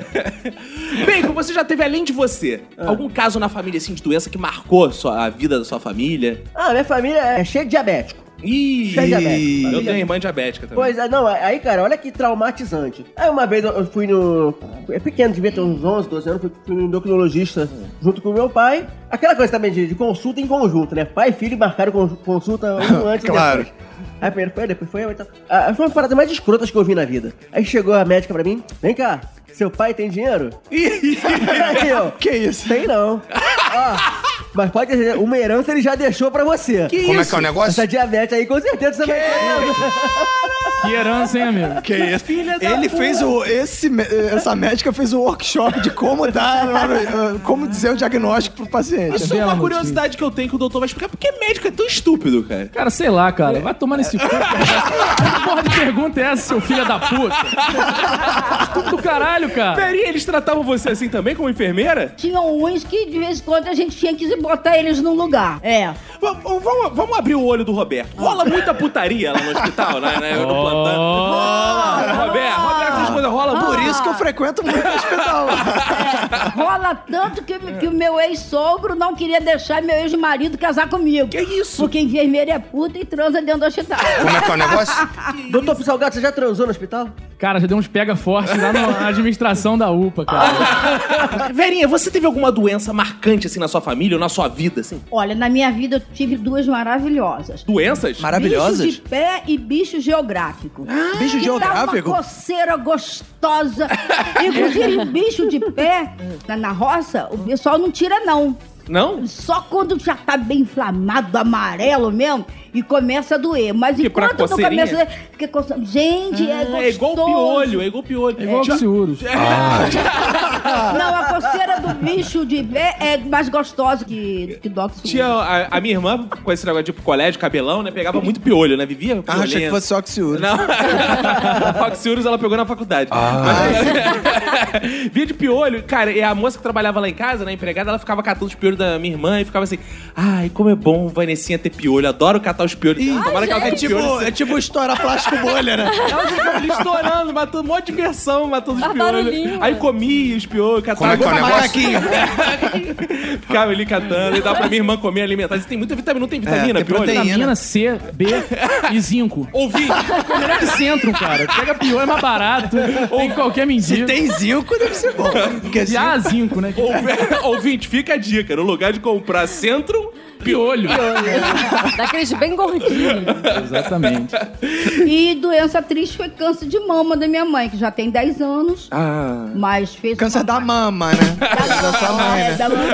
Speaker 1: Bacon, você já teve, além de você,
Speaker 2: Ah.
Speaker 1: algum caso na família assim de doença que marcou sua- a vida da sua família?
Speaker 5: Ah, minha família é cheia de diabético.
Speaker 1: Ih,
Speaker 5: Cheia de diabético.
Speaker 1: eu
Speaker 5: Família-
Speaker 1: tenho irmã diabética também.
Speaker 5: Pois é, não, aí, cara, olha que traumatizante. Aí uma vez eu- eu fui no. É pequeno, devia ter uns 11, 12 anos, fui, fui no endocrinologista junto com meu pai. Aquela coisa também de, de consulta em conjunto, né? Pai e filho marcaram con- consulta um antes
Speaker 2: Claro.
Speaker 5: e depois. Aí primeiro foi, eu, depois foi eu, então. Ah, foi uma parada mais escrotas que eu vi na vida. Aí chegou a médica pra mim, vem cá, seu pai tem dinheiro? aí eu,
Speaker 2: Que isso?
Speaker 5: tem não. Ó, mas pode dizer, uma herança ele já deixou pra você. Que
Speaker 10: Como é que é o negócio?
Speaker 5: Essa diabetes aí com certeza você vai
Speaker 6: Que herança, hein, amigo?
Speaker 2: Que isso? Ele fez o. Esse, mé- essa médica fez o workshop de como dar. ah, como dizer o diagnóstico pro paciente.
Speaker 1: Isso é
Speaker 6: Bela
Speaker 1: uma
Speaker 6: notícia.
Speaker 1: curiosidade que eu tenho que o doutor vai explicar. Por que médico é tão estúpido, cara?
Speaker 6: Cara, sei lá, cara. Vai tomar nesse cu. cara. Que porra de pergunta é essa, seu filho da puta? Tudo do caralho, cara.
Speaker 1: Peraí, eles tratavam você assim também, como enfermeira?
Speaker 3: Tinham uns que, de vez em quando, a gente tinha que botar eles num lugar. É.
Speaker 1: V- v- vamos, vamos abrir o olho do Roberto. Rola muita putaria lá no hospital, né? né, no plantão. Rola, Roberto,
Speaker 3: Ah,
Speaker 1: Roberto, essas coisas rola
Speaker 2: Por
Speaker 1: muito.
Speaker 2: isso que eu frequento muito o hospital.
Speaker 3: Rola tanto que, que o meu ex-sogro não queria deixar meu ex-marido casar comigo.
Speaker 1: Que isso?
Speaker 3: Porque enfermeira é puta e transa dentro do hospital.
Speaker 10: Como é que é o negócio?
Speaker 5: Doutor Salgado, você já transou no hospital?
Speaker 6: Cara, já deu uns pega forte lá na administração da UPA, cara.
Speaker 1: Verinha, você teve alguma doença marcante assim na sua família ou na sua vida, assim?
Speaker 3: Olha, na minha vida eu tive duas maravilhosas.
Speaker 1: Doenças?
Speaker 3: Bicho de pé e bicho geográfico.
Speaker 2: Bicho
Speaker 3: Que dá
Speaker 2: geográfico?
Speaker 3: Uma coceira gostosa. Inclusive, bicho de pé, na, na roça, o pessoal não tira, não.
Speaker 1: Não?
Speaker 3: Só quando já tá bem inflamado, amarelo mesmo, e começa a doer. Mas
Speaker 1: Que pra
Speaker 3: enquanto não
Speaker 1: coceirinha? Ah,
Speaker 3: começa a doer, fica coçando. Gente, é gostoso.
Speaker 1: É igual piolho, é igual piolho.
Speaker 6: É igual
Speaker 1: Já-
Speaker 6: o Ciúros.
Speaker 3: Não, a coceira do bicho de pé é mais gostosa que, que Doc Sul.
Speaker 1: Tinha a, a minha irmã, com esse negócio de ir pro colégio, cabelão, né? Pegava muito piolho, né? Vivia
Speaker 2: Ah, achei que
Speaker 1: piolenta.
Speaker 2: fosse só Oxiúrio.
Speaker 1: Não. a Foxiurus ela pegou na faculdade.
Speaker 2: Ah.
Speaker 1: Mas- Via de piolho, cara, e a moça que trabalhava lá em casa, na empregada, ela ficava catando os piolhos da minha irmã e ficava assim: ai, como é bom Vanessinha ter piolho, adoro catar os piolhos. Ih, Tomara que ela
Speaker 2: É
Speaker 1: tenha
Speaker 2: tipo,
Speaker 1: piolho.
Speaker 2: é tipo estourar plástico bolha, né?
Speaker 1: Ela ficava ali estourando, matando um monte de diversão, matando os
Speaker 4: Ah,
Speaker 1: piolhos.
Speaker 4: barulhinho.
Speaker 1: Aí comia os piolhos,
Speaker 8: Como
Speaker 1: catava.
Speaker 8: é que é o negócio?
Speaker 2: Tipo, Macaquinho.
Speaker 1: Ficava ali catando e dava pra minha irmã comer, alimentar. Isso tem muita vitamina, não
Speaker 8: É,
Speaker 1: tem vitamina,
Speaker 2: tem
Speaker 1: piolho?
Speaker 2: proteína.
Speaker 6: Vitamina C, B e zinco.
Speaker 1: Ouvi,
Speaker 6: É melhor que centro, cara. Pega pior, é mais barato. Ou em qualquer
Speaker 2: Se
Speaker 6: mendigo.
Speaker 2: tem zinco, deve ser bom. Porque
Speaker 6: E
Speaker 2: zinco...
Speaker 6: a zinco, né? Que
Speaker 1: ouvi- ouvinte, fica a dica. No lugar de comprar centro,
Speaker 6: Piolho.
Speaker 4: Daqueles bem gordinhos.
Speaker 6: Exatamente.
Speaker 3: E doença triste foi câncer de mama da minha mãe, que já tem 10 anos,
Speaker 2: Ah.
Speaker 3: mas fez...
Speaker 2: Câncer da mama, né? Câncer da sua mãe,
Speaker 3: É,
Speaker 2: né?
Speaker 3: da mama,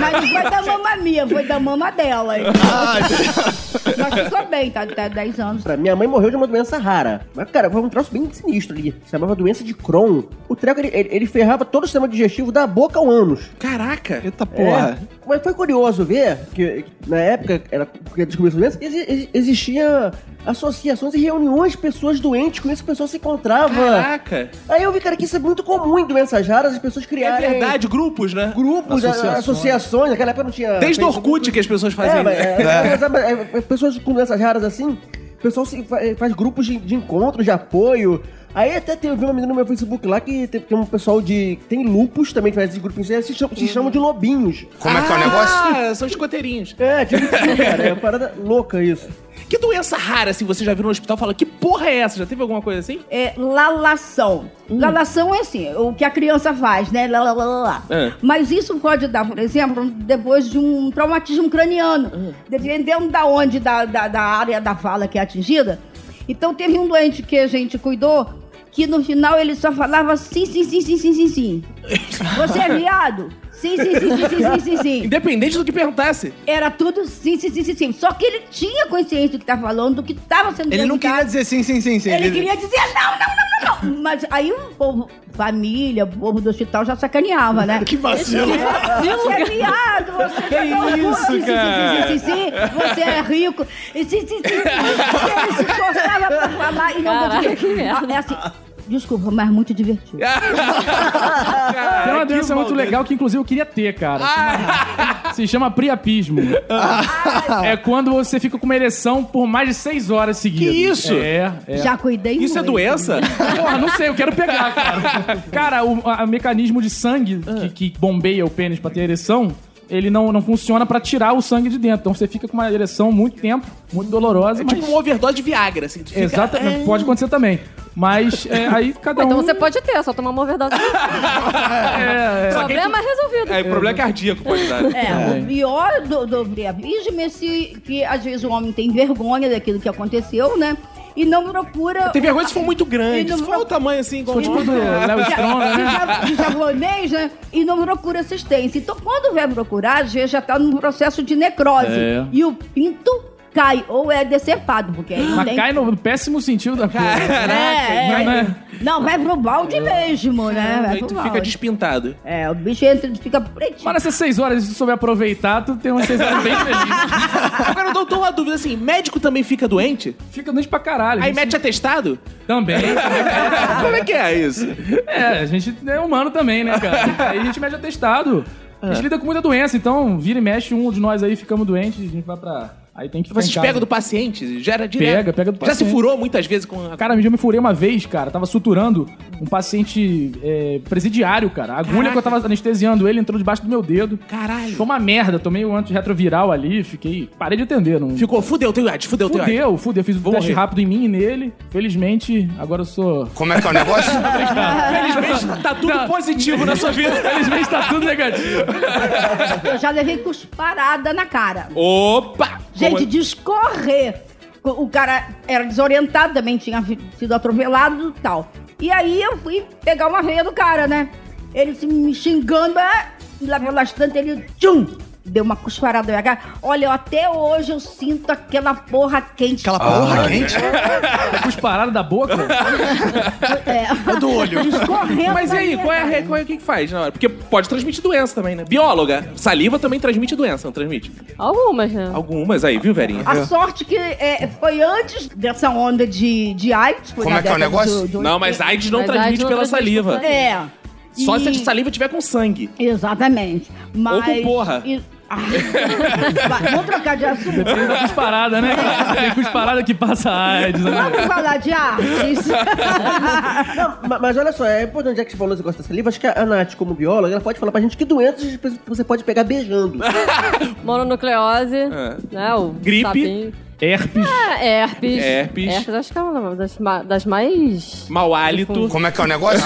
Speaker 3: mas não foi da mama minha, foi da mama dela. então.
Speaker 2: Ah, entendi.
Speaker 3: Mas ficou bem, tá até 10 anos.
Speaker 5: Pra- Minha mãe morreu de uma doença rara. Mas, cara, foi um troço bem sinistro ali. Se chamava doença de Crohn. O treco, ele, ele- ele ferrava todo o sistema digestivo da boca ao ânus.
Speaker 1: caraca.
Speaker 2: Eita
Speaker 5: É.
Speaker 2: porra.
Speaker 5: Mas foi curioso ver que, que na época, era, porque descobriu essa doença, exi- exi- existia associações e reuniões de pessoas doentes com isso, que o pessoal se encontrava.
Speaker 1: Caraca.
Speaker 5: Aí eu vi, cara, que isso é muito comum em doenças raras, as pessoas
Speaker 1: É
Speaker 5: criarem...
Speaker 1: verdade, grupos, né?
Speaker 5: Grupos, a- associações. naquela época não tinha...
Speaker 1: Desde o
Speaker 5: Facebook.
Speaker 1: Orkut que as pessoas fazem.
Speaker 5: É, mas,
Speaker 1: né?
Speaker 5: é, é, sabe, é, é, pessoas com doenças raras assim, o pessoal se fa- é, faz grupos de, de encontros, de apoio. Aí até tem, eu vi uma menina no meu Facebook lá que tem, tem um pessoal de. Tem lupus também, que faz esses grupinhos, eles se chamam, se chamam de lobinhos.
Speaker 8: Como é que é o negócio?
Speaker 1: Ah, são escoteirinhos.
Speaker 5: É, tipo, isso, cara, é uma parada louca isso.
Speaker 1: Que doença rara, assim, você já viu no hospital e fala, que porra é essa? Já teve alguma coisa assim?
Speaker 3: é lalação. Lalação é assim, o que a criança faz, né? Lá, lá, lá, lá, lá.
Speaker 1: É.
Speaker 3: Mas isso pode dar, por exemplo, depois de um traumatismo craniano, dependendo da onde, da, da, da área da fala que é atingida. Então teve um doente que a gente cuidou, que no final ele só falava sim, sim, sim, sim, sim, sim, sim. Você é viado? Sim, sim, sim, sim, sim, sim, sim, sim.
Speaker 1: Independente do que perguntasse.
Speaker 3: Era tudo sim, sim, sim, sim, sim. Só que ele tinha consciência do que tá falando, do que estava sendo
Speaker 2: Ele não queria
Speaker 3: perguntado.
Speaker 2: dizer sim, sim, sim, sim.
Speaker 3: Ele queria dizer não, não, não, não, não. Mas aí o povo, família, o povo do hospital já sacaneava, né?
Speaker 2: Que vacilo.
Speaker 3: Você é viado, você
Speaker 1: Que
Speaker 3: é
Speaker 1: isso,
Speaker 3: sim, sim,
Speaker 1: cara?
Speaker 3: sim, sim, sim, sim, você é rico. E sim, sim, sim, sim. E ele se esforçava pra falar e não
Speaker 4: Caraca,
Speaker 3: conseguia.
Speaker 4: que merda.
Speaker 3: Ah, É assim, desculpa, mas muito divertido.
Speaker 6: Tem
Speaker 1: Cara,
Speaker 6: uma
Speaker 1: que
Speaker 6: doença muito
Speaker 1: maldade.
Speaker 6: legal que, inclusive, eu queria ter, cara. Se chama priapismo. É quando você fica com uma ereção por mais de seis horas seguidas.
Speaker 1: Que isso?
Speaker 6: É, é.
Speaker 3: Já cuidei
Speaker 1: Isso é
Speaker 3: muito.
Speaker 1: doença?
Speaker 6: Porra, não sei, eu quero pegar, cara. Cara, o a- o mecanismo de sangue
Speaker 1: Ah.
Speaker 6: que, que bombeia o pênis pra ter ereção, ele não, não funciona pra tirar o sangue de dentro. Então você fica com uma ereção muito tempo, muito dolorosa,
Speaker 1: É
Speaker 6: mas...
Speaker 1: tipo um overdose de Viagra, assim. tu fica-
Speaker 6: Exatamente, pode acontecer também. Mas é, aí cada um...
Speaker 4: Então você pode ter, só tomar uma overdose.
Speaker 6: É, é.
Speaker 1: Só que aí
Speaker 4: Problema resolvido.
Speaker 1: tu- É, problema cardíaco pode dar. né?
Speaker 3: É, o pior do, do priapismo é esse, que às vezes o homem tem vergonha daquilo que aconteceu, né? E não procura
Speaker 1: Tem vergonha se for muito grande.
Speaker 3: E não
Speaker 1: Se for
Speaker 3: vou-
Speaker 1: o tamanho assim,
Speaker 6: Sou
Speaker 1: igual
Speaker 6: tipo do Léo Stronda, né?
Speaker 3: de japonês, né? E não procura assistência. Então, quando vai procurar, às vezes já tá num processo de necrose.
Speaker 6: É.
Speaker 3: E o pinto cai, ou é decepado, porque aí não
Speaker 6: Mas
Speaker 3: tem...
Speaker 6: cai no, no péssimo sentido da coisa.
Speaker 3: É,
Speaker 1: Caraca.
Speaker 3: é.
Speaker 6: Não, né?
Speaker 3: Não, vai pro balde mesmo, né? Vai
Speaker 1: Então, Aí
Speaker 3: pro
Speaker 1: tu
Speaker 3: balde.
Speaker 1: fica despintado.
Speaker 3: É, o bicho entra e fica pretinho.
Speaker 6: Mas nessas seis horas, se tu souber aproveitar, tu tem umas seis horas bem feliz.
Speaker 1: Ah, Agora, doutor, uma dúvida assim: médico também fica doente?
Speaker 6: Fica doente pra caralho.
Speaker 1: Aí
Speaker 6: Isso
Speaker 1: mete atestado?
Speaker 6: Também.
Speaker 1: Como é que é isso?
Speaker 6: É, a gente é humano também, né, cara? Aí a gente mede atestado. A
Speaker 1: É.
Speaker 6: gente lida com muita doença, então vira e mexe, um de nós aí ficamos doentes, a gente vai pra... Aí tem que ficar
Speaker 1: Vocês
Speaker 6: em casa.
Speaker 1: pegam do paciente? Gera direto.
Speaker 6: Pega, pega do
Speaker 1: Já se
Speaker 6: paciente.
Speaker 1: furou muitas vezes com a
Speaker 6: Cara, um eu já me furei uma vez, cara. Tava suturando um paciente é, presidiário, cara. A agulha que eu tava anestesiando ele entrou debaixo do meu dedo.
Speaker 1: Caralho.
Speaker 6: Foi uma merda. Tomei um antirretroviral ali, fiquei. Parei de atender. Não...
Speaker 1: Ficou, fudeu, tem AIDS, fudeu, tem AIDS.
Speaker 6: Fudeu, fudeu. Fiz o teste
Speaker 1: morrer.
Speaker 6: rápido em mim e nele. Felizmente, agora eu sou.
Speaker 8: Como é que é o negócio?
Speaker 1: Felizmente, tá tudo
Speaker 6: Não.
Speaker 1: positivo na sua vida.
Speaker 6: Felizmente tá tudo negativo.
Speaker 3: Eu já levei cusparada na cara.
Speaker 1: Opa! é?
Speaker 3: Gente, de escorrer. O o cara era desorientado, também tinha fi- sido atropelado e tal. E aí eu fui pegar é, uma veia do cara, né? Ele se me xingando, ah, lá pelas tantas, ele tchum, deu uma cusparada no RH. Olha, eu até hoje eu sinto aquela porra quente.
Speaker 10: Aquela
Speaker 2: Ah,
Speaker 10: porra
Speaker 2: é.
Speaker 10: quente.
Speaker 6: Tá com os parados da boca?
Speaker 3: É.
Speaker 10: Do olho.
Speaker 3: Escorrendo.
Speaker 1: Mas e
Speaker 3: na
Speaker 1: aí,
Speaker 3: minha
Speaker 1: qual é, a re-
Speaker 3: cara.
Speaker 1: qual é o que que faz na hora? Porque pode transmitir doença também, né? Bióloga, saliva também transmite doença, não transmite?
Speaker 4: Algumas, né?
Speaker 1: Algumas aí, viu, Verinha?
Speaker 3: A sorte que é, foi antes dessa onda de, de AIDS. Foi
Speaker 10: Como
Speaker 3: na
Speaker 10: é que é o
Speaker 3: década
Speaker 10: negócio?
Speaker 3: do- do-
Speaker 1: Não, mas AIDS não
Speaker 4: Mas
Speaker 1: transmite
Speaker 4: AIDS não
Speaker 1: pela
Speaker 4: transmite
Speaker 1: saliva.
Speaker 4: pela saliva.
Speaker 3: É.
Speaker 1: Só se a
Speaker 3: E-
Speaker 1: saliva tiver com sangue.
Speaker 3: Exatamente. Mas...
Speaker 1: com porra.
Speaker 3: e- Ah, vai, vamos trocar de assunto.
Speaker 6: Tem da cusparada, né? Tem cusparada que passa AIDS, né?
Speaker 3: Vamos falar de artes.
Speaker 5: Não, ma- mas olha só, é importante, já que você falou esse negócio da saliva, acho que a Nath, como bióloga, ela pode falar pra gente que doenças você pode pegar beijando.
Speaker 4: Mononucleose,
Speaker 1: É.
Speaker 4: né? O
Speaker 1: Gripe.
Speaker 4: sapinho.
Speaker 6: Herpes.
Speaker 4: É, herpes.
Speaker 1: Herpes.
Speaker 4: Herpes, acho que é uma das, ma- das mais...
Speaker 1: Mau hálito.
Speaker 10: Como é que é o negócio?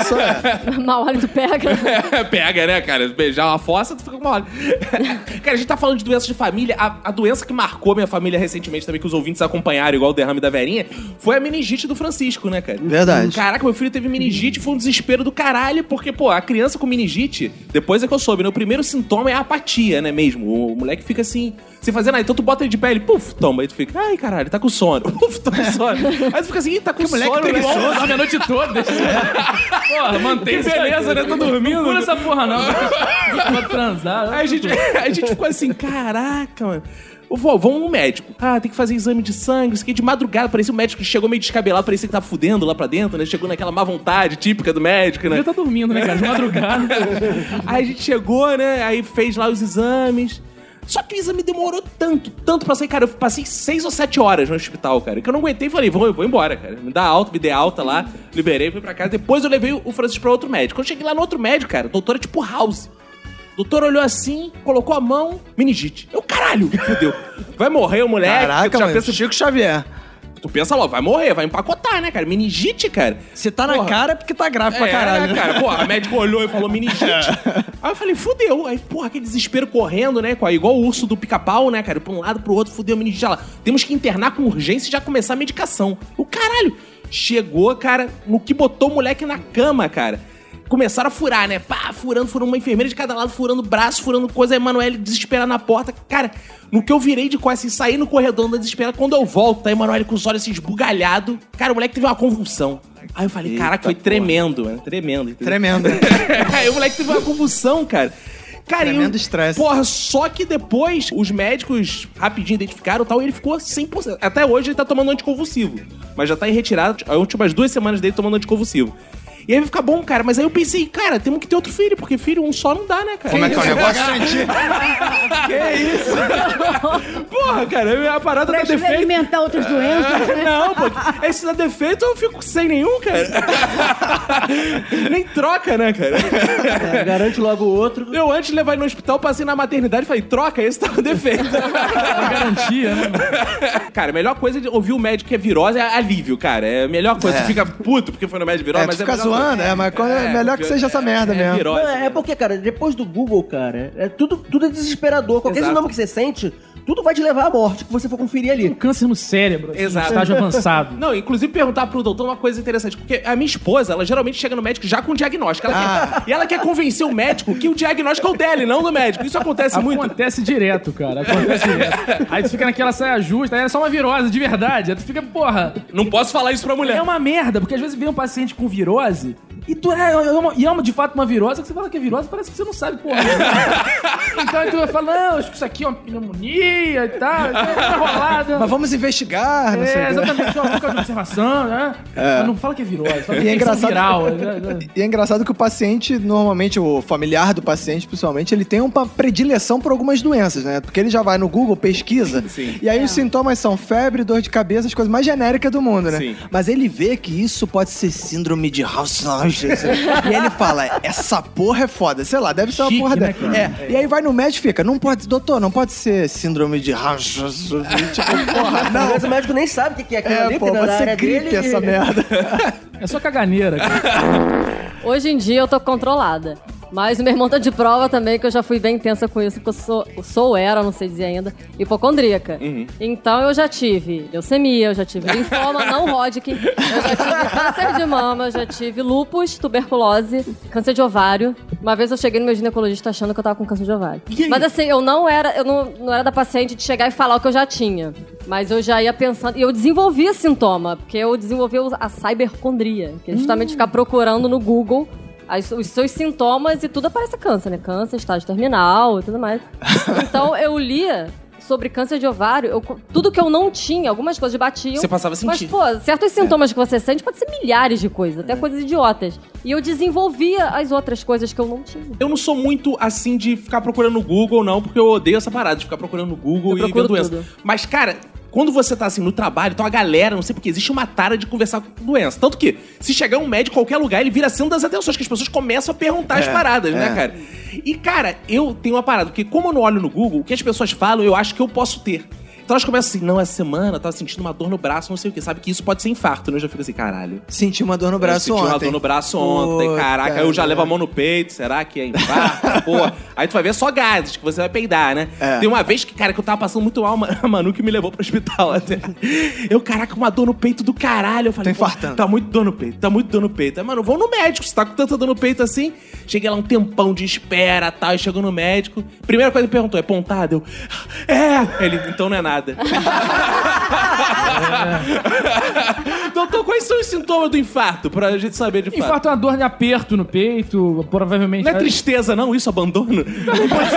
Speaker 2: Isso é.
Speaker 4: Mal hálito pega.
Speaker 1: Pega, né, cara? Beijar uma fossa, tu fica com uma hora. cara, a gente tá falando de doenças de família. A, a doença que marcou minha família recentemente também, que os ouvintes acompanharam, igual o derrame da Verinha, foi a meningite do Francisco, né, cara?
Speaker 2: Verdade.
Speaker 1: Caraca, meu filho teve meningite, foi um desespero do caralho, porque, pô, a criança com meningite, depois é que eu soube, né? O primeiro sintoma é a apatia, né, mesmo? O moleque fica assim, sem fazer nada. Então tu bota ele de pé, ele, puf, toma. Aí tu fica, ai, caralho, tá com sono. Puf, tá com sono. Aí tu fica assim, ih, tá com sono.
Speaker 10: moleque
Speaker 1: né?
Speaker 10: preguiçoso.
Speaker 6: Dorme a noite toda. Porra, mantém
Speaker 1: Que
Speaker 6: isso aí.
Speaker 1: beleza, né? Tô dormindo.
Speaker 6: Não cura essa porra, não. Pode transar.
Speaker 1: Aí a gente, a gente ficou assim, caraca, mano. Ô, Vó, vamos no médico. Ah, tem que fazer exame de sangue, isso aqui de madrugada. Parecia um médico que chegou meio descabelado, parecia que tava fudendo lá pra dentro, né? Chegou naquela má vontade típica do médico, né?
Speaker 6: Podia tá dormindo, né, cara? De madrugada.
Speaker 1: Aí a gente chegou, né? Aí fez lá os exames. Só que o exame demorou tanto, tanto pra sair. Cara, eu passei seis ou sete horas no hospital, cara. Que eu não aguentei e falei, vou, vou embora, cara. Me dá alta, me dei alta lá. Liberei, fui pra casa. Depois eu levei o Francisco pra outro médico. Quando eu cheguei lá no outro médico, cara, doutora tipo house. Doutor olhou assim, colocou a mão, meningite. Eu, caralho, fudeu. Vai morrer o moleque.
Speaker 2: Caraca,
Speaker 1: tu, já
Speaker 2: mano.
Speaker 1: pensa,
Speaker 2: Chico Xavier.
Speaker 1: tu pensa logo, vai morrer, vai empacotar, né, cara? Meningite, cara.
Speaker 2: Se tá na
Speaker 1: Porra.
Speaker 2: cara é porque tá grave pra
Speaker 1: É,
Speaker 2: caralho.
Speaker 1: né, cara, pô, a médica olhou e falou meningite. Aí eu falei, fudeu. Aí, porra, aquele desespero correndo, né? com a- Igual o urso do pica-pau, né, cara? Pra um lado, pro outro, fudeu, meningite. Ela, temos que internar com urgência e já começar a medicação. O caralho. Chegou, cara, no que botou o moleque na cama, cara. Começaram a furar, né? Pá, furando, furando uma enfermeira de cada lado, furando braço, furando coisa. Aí a Emanuele desesperada na porta. Cara, no que eu virei de costas, assim, saí no corredor da desespera. Quando eu volto, a Emanuele com os olhos assim, esbugalhado. Cara, o moleque teve uma convulsão. Aí eu falei, caraca, foi tremendo, mano. Tremendo. entendeu?
Speaker 2: Tremendo.
Speaker 1: Aí o moleque teve uma convulsão, cara. Cara, e
Speaker 2: Tremendo
Speaker 1: eu-
Speaker 2: estresse.
Speaker 1: Porra, só que depois os médicos rapidinho identificaram e tal, e ele ficou 100%. Até hoje ele tá tomando anticonvulsivo. Mas já tá em retirada, as últimas duas semanas dele tomando anticonvulsivo. E aí fica bom, cara. Mas aí eu pensei, cara, temos que ter outro filho, porque filho um só não dá, né, cara?
Speaker 10: Como é que é o negócio?
Speaker 1: Porra, cara, a parada tá
Speaker 3: pra
Speaker 1: defeito.
Speaker 3: experimentar outras doenças, né?
Speaker 1: Não, pô. Aí se dá defeito, eu fico sem nenhum, cara. Nem troca, né, cara?
Speaker 5: É, garante logo o outro.
Speaker 1: Eu antes de levar ele no hospital, passei na maternidade e falei, troca, esse tá com defeito.
Speaker 6: Uma garantia, né? mano?
Speaker 1: cara, a melhor coisa de ouvir o médico que é virose é alívio, cara. É a melhor coisa. Tu fica puto porque foi no médico virose,
Speaker 2: É, tu
Speaker 1: mas é
Speaker 2: fica
Speaker 1: a melhor coisa.
Speaker 2: zoando, é, mas quando- é melhor que seja essa merda
Speaker 1: é
Speaker 2: mesmo.
Speaker 5: Não,
Speaker 1: Virose.
Speaker 5: é porque, cara, depois do Google, cara, é tudo, tudo é desesperador. Qualquer
Speaker 1: Exato.
Speaker 5: nome que você sente, tudo vai te levar à morte, que você for conferir ali.
Speaker 6: Câncer no cérebro. assim,
Speaker 1: Exato.
Speaker 6: Estágio avançado.
Speaker 1: Não, inclusive perguntar pro doutor uma coisa interessante, porque a minha esposa, ela geralmente chega no médico já com um diagnóstico. Ela
Speaker 2: Ah.
Speaker 1: quer- e ela quer convencer o médico que o diagnóstico é o dela e não do médico. Isso acontece muito.
Speaker 6: Acontece direto, cara. Acontece direto. Aí tu fica naquela saia justa, aí é só uma virose, de verdade. Aí tu fica, porra.
Speaker 1: Não posso falar isso pra mulher.
Speaker 6: É uma merda, porque às vezes vem um paciente com virose e tu é, é uma- e é uma, de fato uma virose, que você fala que é virose, parece que você não sabe, porra. então aí tu vai falar, não, acho que isso aqui é uma pneumonia e tal, isso aí tá rolada.
Speaker 2: Mas vamos investigar, não sei
Speaker 6: É,
Speaker 2: o quê.
Speaker 6: exatamente, é uma boca de observação, né? Mas Não fala que é virose, fala que
Speaker 2: E é
Speaker 6: é
Speaker 2: engraçado-
Speaker 6: viral. é, é, é.
Speaker 2: E é engraçado que o paciente, normalmente, o familiar do paciente, principalmente, ele tem uma predileção por algumas doenças, né? Porque ele já vai no Google, pesquisa, e aí os sintomas são febre, dor de cabeça, as coisas mais genéricas do mundo, né?
Speaker 1: Sim.
Speaker 2: Mas ele vê que isso pode ser síndrome de House E ele fala, essa porra é foda, sei lá, deve ser uma
Speaker 6: Chique,
Speaker 2: porra
Speaker 6: né,
Speaker 2: dela. É. E aí vai no médico e fica, não pode, doutor, não pode ser síndrome de House Tipo, porra,
Speaker 5: Às
Speaker 2: não.
Speaker 5: vezes o médico nem sabe o que que é aquilo ali,
Speaker 2: É, pô,
Speaker 5: porque na
Speaker 2: pode
Speaker 5: área
Speaker 2: ser gripe
Speaker 5: dele...
Speaker 2: essa merda.
Speaker 6: É só caganeira. cara.
Speaker 4: Hoje em dia eu tô controlada. Mas o meu irmão tá de prova também, que eu já fui bem intensa com isso, porque eu sou, eu sou era, não sei dizer ainda, hipocondríaca.
Speaker 1: Uhum.
Speaker 4: Então eu já tive leucemia, eu já tive linfoma, não Hodgkin, eu já tive câncer de mama, eu já tive lupus, tuberculose, câncer de ovário. Uma vez eu cheguei no meu ginecologista achando que eu tava com câncer de ovário. Mas assim, eu não era, eu não, não era da paciente de chegar e falar o que eu já tinha. Mas eu já ia pensando, e eu desenvolvia sintoma, porque eu desenvolvi a cybercondria, que é justamente ficar procurando no Google as- os seus sintomas e tudo aparece câncer, né? Câncer, estágio terminal e tudo mais. Então eu lia sobre câncer de ovário, eu co- tudo que eu não tinha, algumas coisas batiam.
Speaker 1: Você passava a sentir. É.
Speaker 4: Mas, pô, certos sintomas que você sente pode ser milhares de coisas, até coisas idiotas. E eu desenvolvia as outras coisas que eu não tinha.
Speaker 1: Eu não sou muito assim de ficar procurando no Google, não, porque eu odeio essa parada de ficar procurando no Google
Speaker 4: Eu
Speaker 1: e ver
Speaker 4: procuro
Speaker 1: doença.
Speaker 4: tudo.
Speaker 1: Mas, cara, quando você tá assim no trabalho, então a galera, não sei porque, existe uma tara de conversar com doença. Tanto que, se chegar um médico em qualquer lugar, ele vira sendo das atenções, que as pessoas começam a perguntar as paradas, né, cara? E, cara, eu tenho uma parada, porque como eu não olho no Google, o que as pessoas falam, eu acho que eu posso ter. Então elas começam assim, não, essa semana eu tava sentindo uma dor no braço, não sei o que, sabe que isso pode ser infarto, né? Eu já fico assim, caralho.
Speaker 2: Senti uma dor no braço
Speaker 1: eu senti
Speaker 2: ontem.
Speaker 1: uma dor um no braço ontem,
Speaker 2: Puta,
Speaker 1: caraca. Aí eu já
Speaker 2: cara.
Speaker 1: levo a mão no peito, será que é infarto? Porra. Aí tu vai ver só gases que você vai peidar, né?
Speaker 2: É.
Speaker 1: Tem uma vez que, cara, que eu tava passando muito mal, a Manu que me levou pro hospital até. Eu, caraca, uma dor no peito do caralho. Eu falei,
Speaker 2: Tô
Speaker 1: pô,
Speaker 2: infartando.
Speaker 1: Tá muito dor no peito, tá muito dor no peito. Aí, mano, vou no médico, se tá com tanta dor no peito assim. Cheguei lá um tempão de espera tal, e chegou no médico. Primeira coisa que ele perguntou, é pontada? Eu, é! Ele, então não é nada. Doutor, quais são os sintomas do infarto? Pra gente saber de fato.
Speaker 6: Infarto é uma dor de aperto no peito, provavelmente.
Speaker 1: Não é tristeza, não, isso, abandono?
Speaker 6: Pode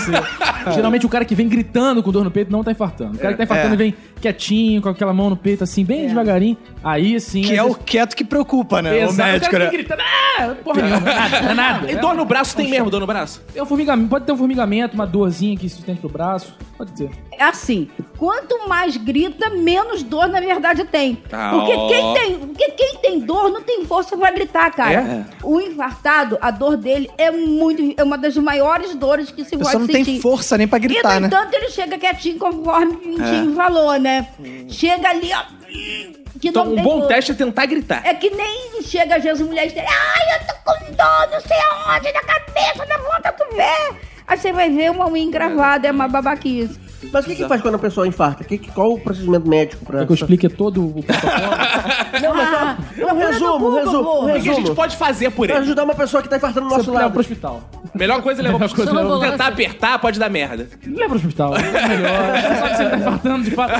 Speaker 6: ser. Geralmente o cara que vem gritando com dor no peito não tá infartando. O cara
Speaker 2: É,
Speaker 6: que tá infartando vem quietinho, com aquela mão no peito, assim, bem devagarinho. Aí sim.
Speaker 2: Que
Speaker 6: às
Speaker 2: é o
Speaker 6: vezes-
Speaker 2: quieto que preocupa, né?
Speaker 6: Exato,
Speaker 2: o médico,
Speaker 6: cara
Speaker 2: né?
Speaker 6: que vem gritando. Ah, porra nenhuma. Nada, nada.
Speaker 1: E dor no braço tem mesmo, dor no braço?
Speaker 6: É um formigamento, pode ter um formigamento, uma dorzinha que se sustenta pro braço. Pode ter.
Speaker 3: É assim, quanto mais grita, menos dor na verdade tem.
Speaker 1: Ah,
Speaker 3: porque,
Speaker 1: ó.
Speaker 3: quem tem porque quem tem dor não tem força pra gritar,
Speaker 1: É?
Speaker 3: cara. O infartado, a dor dele é muito é uma das maiores dores que se
Speaker 2: A
Speaker 3: pode
Speaker 2: pessoa não
Speaker 3: sentir. então.
Speaker 2: tem força nem pra
Speaker 3: E,
Speaker 2: gritar,
Speaker 3: no
Speaker 2: né?
Speaker 3: entanto, ele chega quietinho, conforme o
Speaker 1: É.
Speaker 3: Pintinho falou, né? Chega ali, ó. Que
Speaker 1: Então,
Speaker 3: não
Speaker 1: Hum. um
Speaker 3: tem
Speaker 1: bom
Speaker 3: dor.
Speaker 1: teste é tentar gritar.
Speaker 3: É que nem chega às vezes mulheres dizem, ai, eu tô com dor, não sei aonde, na cabeça, na volta do pé. Aí você vai ver uma unha engravada, é uma babaquice.
Speaker 5: Mas o que, que faz quando a pessoa infarta? Que, que- qual o procedimento médico
Speaker 2: É
Speaker 5: pra.
Speaker 6: Quer É que eu explique todo o protocolo?
Speaker 5: Não,
Speaker 3: Ah,
Speaker 5: mas só. Um
Speaker 3: procura
Speaker 5: resumo,
Speaker 3: no
Speaker 5: um
Speaker 3: Google,
Speaker 5: resumo, um
Speaker 3: pô.
Speaker 1: O que a gente
Speaker 5: resumo.
Speaker 1: pode fazer por
Speaker 5: Pra
Speaker 1: ele?
Speaker 5: ajudar uma pessoa que tá infartando do
Speaker 6: Você
Speaker 5: nosso
Speaker 6: leva pro
Speaker 5: lado.
Speaker 6: hospital.
Speaker 1: Melhor coisa é levar pro
Speaker 6: Melhor coisa
Speaker 1: hospital.
Speaker 4: é levar pro
Speaker 1: Tentar apertar pode dar merda.
Speaker 6: Leva pro hospital. É melhor. Você sabe se ele tá infartando de fato.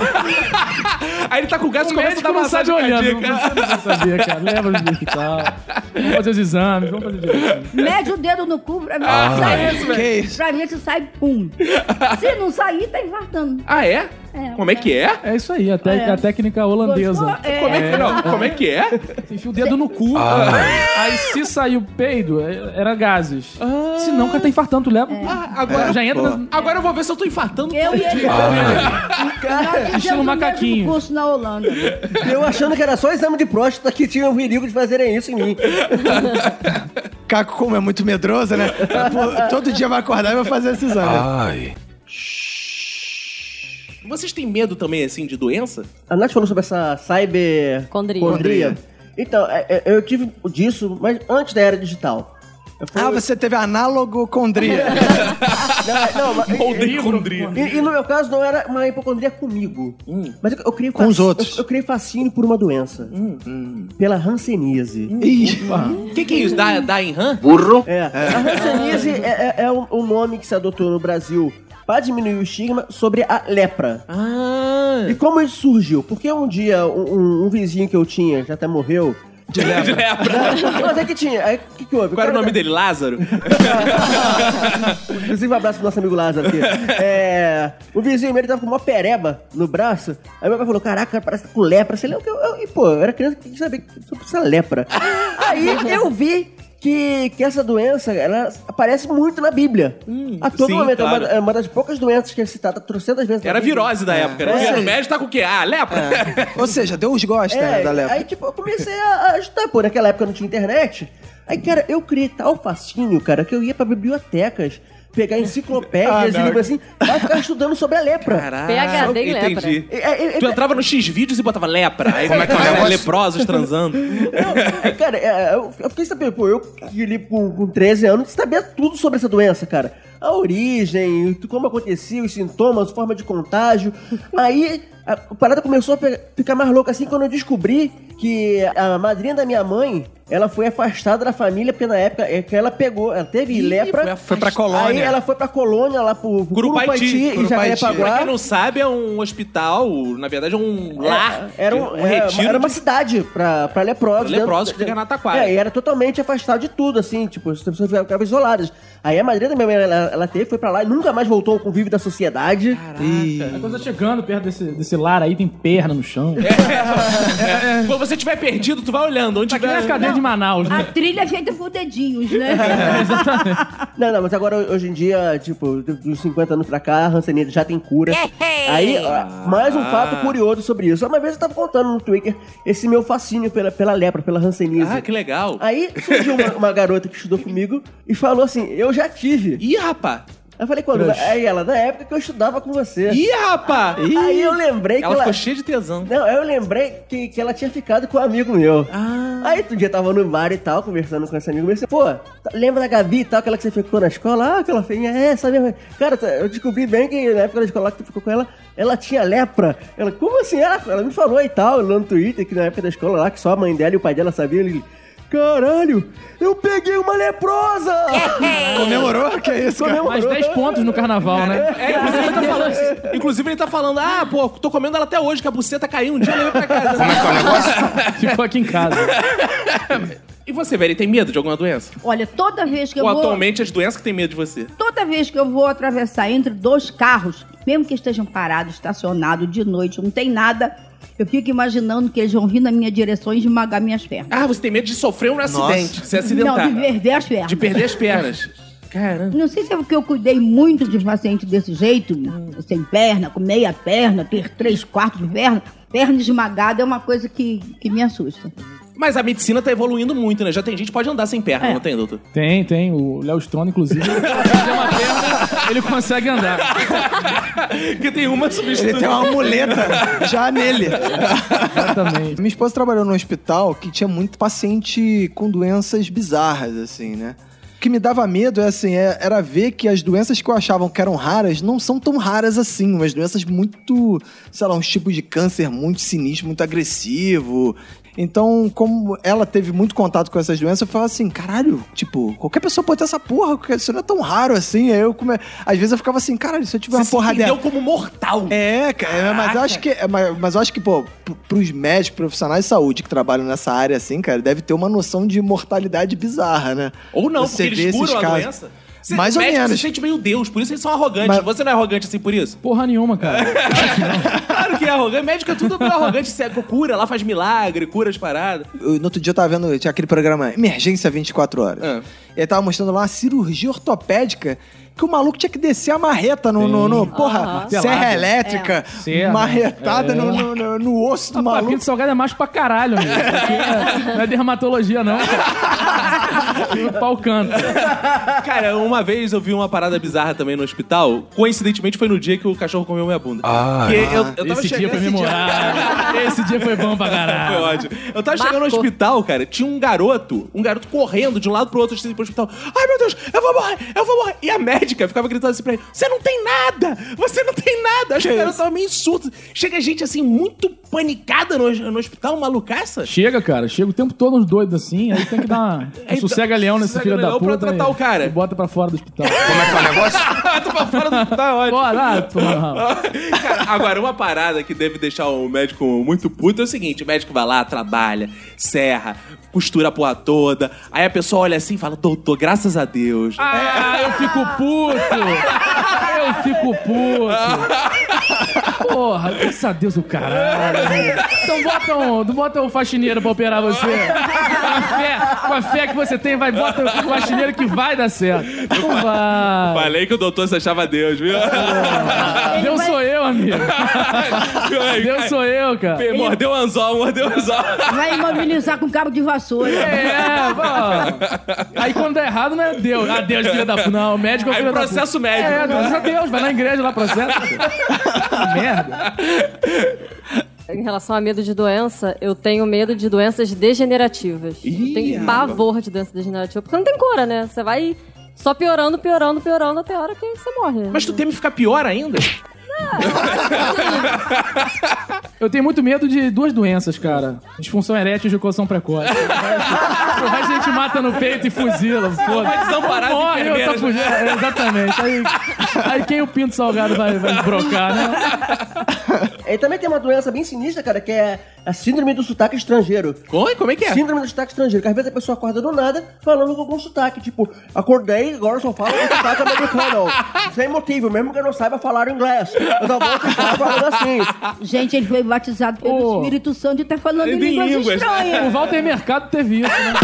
Speaker 1: Aí ele tá com
Speaker 2: Um
Speaker 1: gás e
Speaker 6: O
Speaker 1: começa a
Speaker 6: médico
Speaker 1: dar
Speaker 6: não sabe
Speaker 1: massagem
Speaker 6: olhando. Não
Speaker 1: cardíaca.
Speaker 6: precisa saber, cara. Leva pro hospital. Vamos fazer os exames, vamos fazer direitinho.
Speaker 3: Mede o dedo no cu pra ver se sai.
Speaker 2: Ah, Que isso?
Speaker 3: Pra ver se sai pum. Se não sair, tá infartando.
Speaker 1: Ah, é?
Speaker 3: É.
Speaker 1: Como é que é?
Speaker 6: É isso aí, a, tec-
Speaker 3: É.
Speaker 6: a técnica holandesa.
Speaker 3: Gostou? É.
Speaker 1: Como é que, não, como é que é?
Speaker 6: Você enfia o dedo no cu.
Speaker 1: Ah.
Speaker 6: Aí se saiu peido, é- era gases. Se não, o cara tá infartando, tu
Speaker 3: É.
Speaker 6: leva.
Speaker 1: Ah, agora,
Speaker 6: Já entra.
Speaker 2: Boa.
Speaker 6: na-
Speaker 1: agora eu vou ver se eu tô infartando.
Speaker 3: Eu e ele. Nós
Speaker 6: Estilo
Speaker 3: fizemos o mesmo
Speaker 6: macaquinho.
Speaker 3: um curso na Holanda.
Speaker 5: Eu achando que era só exame de próstata que tinha o perigo de fazerem isso em mim.
Speaker 2: Caco, como é muito medrosa, né? Pô, todo dia vai acordar e vai fazer esse exame.
Speaker 8: Ai.
Speaker 1: Vocês têm medo também, assim, de doença?
Speaker 5: A Nath falou sobre essa cyber...
Speaker 4: Condria.
Speaker 5: Condria. Então, é- é- eu tive disso, mas antes da era digital. Eu fui-
Speaker 2: Ah, você teve analogocondria.
Speaker 5: Não, não,
Speaker 2: É
Speaker 5: mas-
Speaker 1: Moldecondria.
Speaker 5: E, e no meu caso não era uma hipocondria comigo.
Speaker 1: Hum.
Speaker 5: Mas eu, eu criei
Speaker 2: Com os
Speaker 5: fac-
Speaker 2: outros.
Speaker 5: Eu, eu criei fascínio por uma doença.
Speaker 1: Hum,
Speaker 5: Pela hanseníase.
Speaker 2: Ih,
Speaker 1: O que, que é isso? Dá, dá em RAM?
Speaker 5: É. A hanseníase é, é, é um, um nome que se adotou no Brasil para diminuir o estigma sobre a lepra.
Speaker 1: Ah.
Speaker 5: E como isso surgiu? Porque um dia um, um- um vizinho que eu tinha, já até morreu.
Speaker 1: De lepra.
Speaker 5: Mas é que tinha. Aí o que, que houve?
Speaker 1: Qual era o
Speaker 5: cara-
Speaker 1: nome dele? Lázaro?
Speaker 5: Inclusive, um abraço pro nosso amigo Lázaro aqui. É, o vizinho meu ele tava com uma pereba no braço. Aí meu pai falou: Caraca, parece que tá com lepra. Sei lá o que. eu- eu- E pô, eu era criança que sabia que só precisa lepra. Aí eu vi. Que, que essa doença, ela aparece muito na Bíblia. a todo
Speaker 1: sim,
Speaker 5: momento. É uma-
Speaker 1: claro.
Speaker 5: É, uma, das poucas doenças que é citada trocentas vezes. na
Speaker 1: Era
Speaker 5: Bíblia.
Speaker 1: virose da época, né?
Speaker 5: É.
Speaker 1: Você no médio tá com o quê? Ah, lepra?
Speaker 2: ou seja, Deus gosta né,
Speaker 5: É,
Speaker 2: da lepra.
Speaker 5: aí tipo, eu comecei a a estudar, pô, naquela época não tinha internet. Aí, cara, eu criei tal fascínio, cara, que eu ia pra bibliotecas pegar
Speaker 2: Ah,
Speaker 5: enciclopédias e livros assim, vai ficar estudando sobre a lepra.
Speaker 4: PHD em lepra.
Speaker 1: Entendi.
Speaker 5: É, é, é-
Speaker 1: Tu entrava no X-Vídeos e botava lepra. Aí
Speaker 8: Como é que é o negócio?
Speaker 1: Leprosos transando.
Speaker 5: Não, cara, é, eu, eu fiquei sabendo, pô, eu que li com, com 13 anos, sabia tudo sobre essa doença, cara. A origem, tu- como acontecia, os sintomas, forma de contágio. Aí a a parada começou a pe- ficar mais louca assim quando eu descobri que a madrinha da minha mãe, ela foi afastada da família, porque na época é que ela pegou, ela teve lepra.
Speaker 2: Foi pra colônia.
Speaker 5: Aí ela foi pra colônia lá pro pro
Speaker 1: Curupaiti.
Speaker 5: e
Speaker 1: Pra quem
Speaker 5: Jacarepaguá.
Speaker 1: não sabe, é um hospital, na verdade é um lar.
Speaker 5: Era, um-
Speaker 1: um
Speaker 5: era-
Speaker 1: retiro
Speaker 5: era uma
Speaker 1: de-
Speaker 5: cidade pra, pra leprosos.
Speaker 1: Pra leprosos que fica na Taquara.
Speaker 5: É, e era totalmente afastado de tudo, assim, tipo, as pessoas ficavam isoladas. Aí a madrinha da minha mãe, ela, ela teve, foi pra lá e nunca mais voltou ao convívio da sociedade.
Speaker 6: A coisa chegando perto desse, desse lar aí, tem perna no chão. É,
Speaker 1: Quando você tiver perdido, tu vai olhando. Onde
Speaker 6: tá aqui na
Speaker 1: tiver...
Speaker 6: cadeia de Manaus,
Speaker 3: A
Speaker 6: né?
Speaker 3: trilha é feita por dedinhos, né?
Speaker 5: Não, não, mas agora, hoje em dia, tipo, dos 50 anos pra cá, a Hanseníase já tem cura. Aí, ó, mais um fato curioso sobre isso. Uma vez eu tava contando no Twitter esse meu fascínio pela, pela lepra, pela Hanseníase.
Speaker 1: Ah, que legal.
Speaker 5: Aí surgiu uma, uma garota que estudou comigo e falou assim, eu já tive.
Speaker 1: Ih, rapá!
Speaker 5: Aí eu falei, quando?
Speaker 6: Crush.
Speaker 5: Aí ela, na época que eu estudava com você.
Speaker 1: Ih, rapá!
Speaker 5: Aí eu lembrei que
Speaker 1: Ela
Speaker 5: ela.
Speaker 1: ficou cheia de tesão.
Speaker 5: Não, aí eu lembrei que, que ela tinha ficado com um amigo meu. Aí outro dia tava no bar e tal, conversando com esse amigo meu. assim, Pô, tá- lembra da Gabi e tal, aquela que você ficou na escola? Ah, aquela feinha, é, essa mesmo. Cara, tá- eu descobri bem que na época da escola que tu ficou com ela, ela tinha lepra. Ela, como assim? Ela, ela me falou e tal, lá no Twitter, que na época da escola lá, que só a mãe dela e o pai dela sabiam. Ele, Caralho, eu peguei uma leprosa!
Speaker 2: Comemorou? Que é isso, cara?
Speaker 6: Mais 10 pontos no carnaval, né?
Speaker 1: É, inclusive ele, tá falando, inclusive ele tá falando, ah, pô, tô comendo ela até hoje, que a buceta caiu um dia, eu levei pra casa.
Speaker 8: Como é que é o negócio?
Speaker 6: Ficou aqui em casa.
Speaker 1: E você, velho, tem medo de alguma doença?
Speaker 3: Olha, toda vez que eu
Speaker 1: Ou
Speaker 3: vou...
Speaker 1: atualmente as doenças que tem medo de você?
Speaker 3: Toda vez que eu vou atravessar entre dois carros, mesmo que estejam parados, estacionados, de noite, não tem nada, eu fico imaginando que eles vão vir na minha direção e esmagar minhas pernas.
Speaker 1: Ah, você tem medo de sofrer um acidente, se acidentar.
Speaker 3: Não, de perder as pernas.
Speaker 1: De perder as pernas. Caramba.
Speaker 3: Não sei se é porque eu cuidei muito de paciente desse jeito, né? sem perna, com meia perna, ter três quartos de perna. Perna esmagada é uma coisa que, que me assusta.
Speaker 1: Mas a medicina tá evoluindo muito, né? Já tem gente que pode andar sem perna,
Speaker 3: É.
Speaker 1: não tem, doutor?
Speaker 6: Tem, tem. O Léo Stronda, inclusive, ele tem uma perna, ele consegue andar.
Speaker 1: Porque tem uma
Speaker 2: Ele
Speaker 1: substituição.
Speaker 2: tem uma muleta já nele.
Speaker 6: Exatamente.
Speaker 2: Minha esposa trabalhou num hospital que tinha muito paciente com doenças bizarras, assim, né? O que me dava medo é assim, é- era ver que as doenças que eu achavam que eram raras não são tão raras assim. Umas doenças muito, sei lá, uns tipos de câncer muito sinistro, muito agressivo. Então, como ela teve muito contato com essas doenças, eu falava assim, caralho, tipo, qualquer pessoa pode ter essa porra, porque isso não é tão raro assim. Aí eu come... Às vezes eu ficava assim, caralho, se eu tiver uma
Speaker 1: Você se
Speaker 2: porra dela.
Speaker 1: entendeu como mortal.
Speaker 2: É, cara, mas eu acho que, é, mas, mas eu acho que pô, pro- pros médicos, profissionais de saúde que trabalham nessa área assim, cara, deve ter uma noção de mortalidade bizarra, né?
Speaker 1: Ou não,
Speaker 2: Você
Speaker 1: porque
Speaker 2: vê
Speaker 1: eles
Speaker 2: esses
Speaker 1: curam a
Speaker 2: casos.
Speaker 1: doença. Você,
Speaker 2: Mais ou
Speaker 1: médico,
Speaker 2: menos.
Speaker 1: Você sente meio Deus, por isso eles são arrogantes.
Speaker 2: Mas-
Speaker 1: Você não é arrogante assim por isso?
Speaker 6: Porra nenhuma, cara.
Speaker 1: Claro que é arrogante. Médico é tudo meio arrogante. Você cura lá, faz milagre, cura as paradas.
Speaker 2: Eu, no outro dia eu tava vendo, tinha aquele programa Emergência 24 Horas.
Speaker 1: Ah.
Speaker 2: E aí tava mostrando lá uma cirurgia ortopédica que o maluco tinha que descer a marreta no, no, no- porra,
Speaker 6: Aham. É.
Speaker 2: serra elétrica,
Speaker 6: Serra,
Speaker 2: marretada
Speaker 6: é.
Speaker 2: no, no, no- no osso do
Speaker 6: O papinho
Speaker 2: maluco.
Speaker 6: de salgado é macho pra caralho, amigo. Isso aqui é- não é dermatologia, não, cara. O pau canta.
Speaker 1: Cara, uma vez eu vi uma parada bizarra também no hospital. Coincidentemente foi no dia que o cachorro comeu minha bunda. Ah, eu, eu tava
Speaker 6: Esse dia
Speaker 1: chegando-
Speaker 6: foi memorável. Esse dia foi bom pra caralho.
Speaker 1: Foi ótimo. Eu tava chegando no
Speaker 4: Marcou.
Speaker 1: hospital, cara, tinha um garoto, um garoto correndo de um lado pro outro, assim, pro hospital. Ai, meu Deus, eu vou morrer, eu vou morrer. E a médica ficava gritando assim pra ele, você não tem nada, você não tem nada. Acho que o garoto tava meio surto. Chega gente, assim, muito panicada no, no hospital, malucaça.
Speaker 6: Chega, cara. Chega o tempo todo uns doidos assim, aí tem que dar uma... um sossega-leão nesse filho da
Speaker 1: sossega-leão
Speaker 6: puta.
Speaker 1: pra tratar
Speaker 6: e-
Speaker 1: o cara.
Speaker 6: E bota pra fora do hospital.
Speaker 8: Como é que é o negócio?
Speaker 1: Tô pra fora do hospital, é ótimo.
Speaker 6: Bora, ah, porra.
Speaker 1: Cara, agora, uma parada que deve deixar o médico muito puto é o seguinte: o médico vai lá, trabalha, serra, costura a porra toda. Aí a pessoa olha assim e fala: Doutor, graças a Deus.
Speaker 6: É, Ah, eu fico puto. Eu fico puto. Porra, graças a Deus o caralho. Então bota um, bota um faxineiro pra operar você. Com a fé, com a fé que você tem, vai, bota o faxineiro que vai dar certo. Não vai.
Speaker 1: Falei que o doutor se achava Deus, viu?
Speaker 6: Deus
Speaker 3: vai-
Speaker 6: sou eu, amigo. Deus sou eu, cara.
Speaker 1: Mordeu o anzol, mordeu o anzol.
Speaker 3: Vai imobilizar com cabo de vassoura.
Speaker 6: É, pô. Aí quando dá errado, não é Deus. Ah, Deus, filha da puta. Não, o médico é
Speaker 1: Aí
Speaker 6: filho da puta.
Speaker 1: processo médico.
Speaker 6: É, graças a Deus, vai na igreja lá, processo. Que Merda.
Speaker 4: Em relação a medo de doença, eu tenho medo de doenças degenerativas. eu tenho pavor de doença degenerativa, porque não tem cura, né? Você vai só piorando, piorando, piorando até a hora que você morre. né?
Speaker 1: Mas tu teme ficar pior ainda?
Speaker 6: Eu tenho muito medo de duas doenças, cara. Disfunção erétil e gestação precoce. O resto a gente mata no peito e fuzila,
Speaker 1: Vai
Speaker 6: foda-se.
Speaker 1: desamparar as
Speaker 6: Morre, eu tô
Speaker 1: enfermeiras.
Speaker 6: fugindo. É, Exatamente. Aí, aí quem o pinto salgado vai, vai brocar, né?
Speaker 5: E também tem uma doença bem sinistra, cara, que é a síndrome do sotaque estrangeiro.
Speaker 1: Oi, como é que é?
Speaker 5: Síndrome do sotaque estrangeiro, que às vezes a pessoa acorda do nada falando com algum sotaque. Tipo, acordei, agora eu só falo com sotaque americano. Sem motivo, mesmo que eu não saiba falar inglês. Eu só vou continuar falando assim.
Speaker 3: Gente, ele foi batizado pelo
Speaker 6: Ô.
Speaker 3: Espírito Santo e tá falando em
Speaker 1: Em
Speaker 3: línguas,
Speaker 1: línguas.
Speaker 6: O
Speaker 3: estranhas.
Speaker 6: Walter Mercado teve isso, né?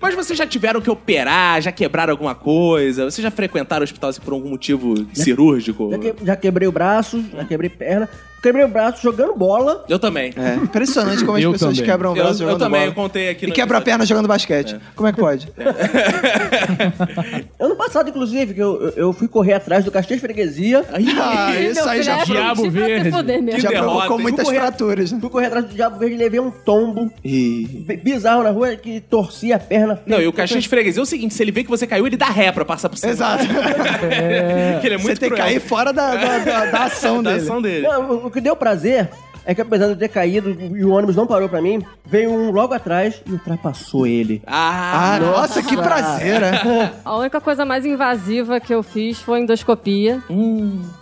Speaker 1: Mas vocês já tiveram que operar, já quebraram alguma coisa? Vocês já frequentaram o hospital assim, por algum motivo cirúrgico?
Speaker 5: Já, que- já quebrei o braço, já quebrei perna. Quebrei o braço jogando bola.
Speaker 1: Eu também.
Speaker 2: É um impressionante como as
Speaker 6: Eu
Speaker 2: pessoas
Speaker 6: também.
Speaker 2: quebram o
Speaker 1: Eu-
Speaker 2: braço
Speaker 1: eu
Speaker 2: jogando
Speaker 1: também,
Speaker 2: bola.
Speaker 1: eu contei aqui
Speaker 2: E
Speaker 1: no
Speaker 2: quebra a
Speaker 1: episódio. Ah,
Speaker 2: perna jogando basquete. Como é que pode?
Speaker 5: Ano passado, inclusive, que eu, eu- eu fui correr atrás do Caxias Freguesia.
Speaker 2: Ah,
Speaker 4: Meu
Speaker 2: isso aí
Speaker 4: filho,
Speaker 2: já,
Speaker 4: é
Speaker 2: foi-
Speaker 6: Diabo
Speaker 4: pra se
Speaker 6: verde.
Speaker 4: fuder mesmo.
Speaker 2: já
Speaker 1: derrota,
Speaker 2: provocou
Speaker 1: hein?
Speaker 2: muitas
Speaker 5: Vou correr-
Speaker 2: fraturas, né?
Speaker 5: Fui correr atrás do Diabo Verde e levei um tombo
Speaker 2: Ih.
Speaker 5: bi- bizarro na rua que torcia a perna.
Speaker 1: Não, e o Caxias de Freguesia é o seguinte, se ele vê que você caiu, ele dá ré pra passar por cima.
Speaker 2: Exato.
Speaker 1: Porque ele é muito
Speaker 2: Você tem que
Speaker 1: cruel.
Speaker 2: cair fora da, da, da- da ação
Speaker 1: Da
Speaker 2: dele.
Speaker 1: ação dele.
Speaker 5: Não, o- o que deu prazer é que apesar de eu ter caído e o ônibus não parou pra mim, veio um logo atrás e ultrapassou ele.
Speaker 1: Ah,
Speaker 2: Ah, nossa, que prazer, né?
Speaker 4: A única coisa mais invasiva que eu fiz foi endoscopia.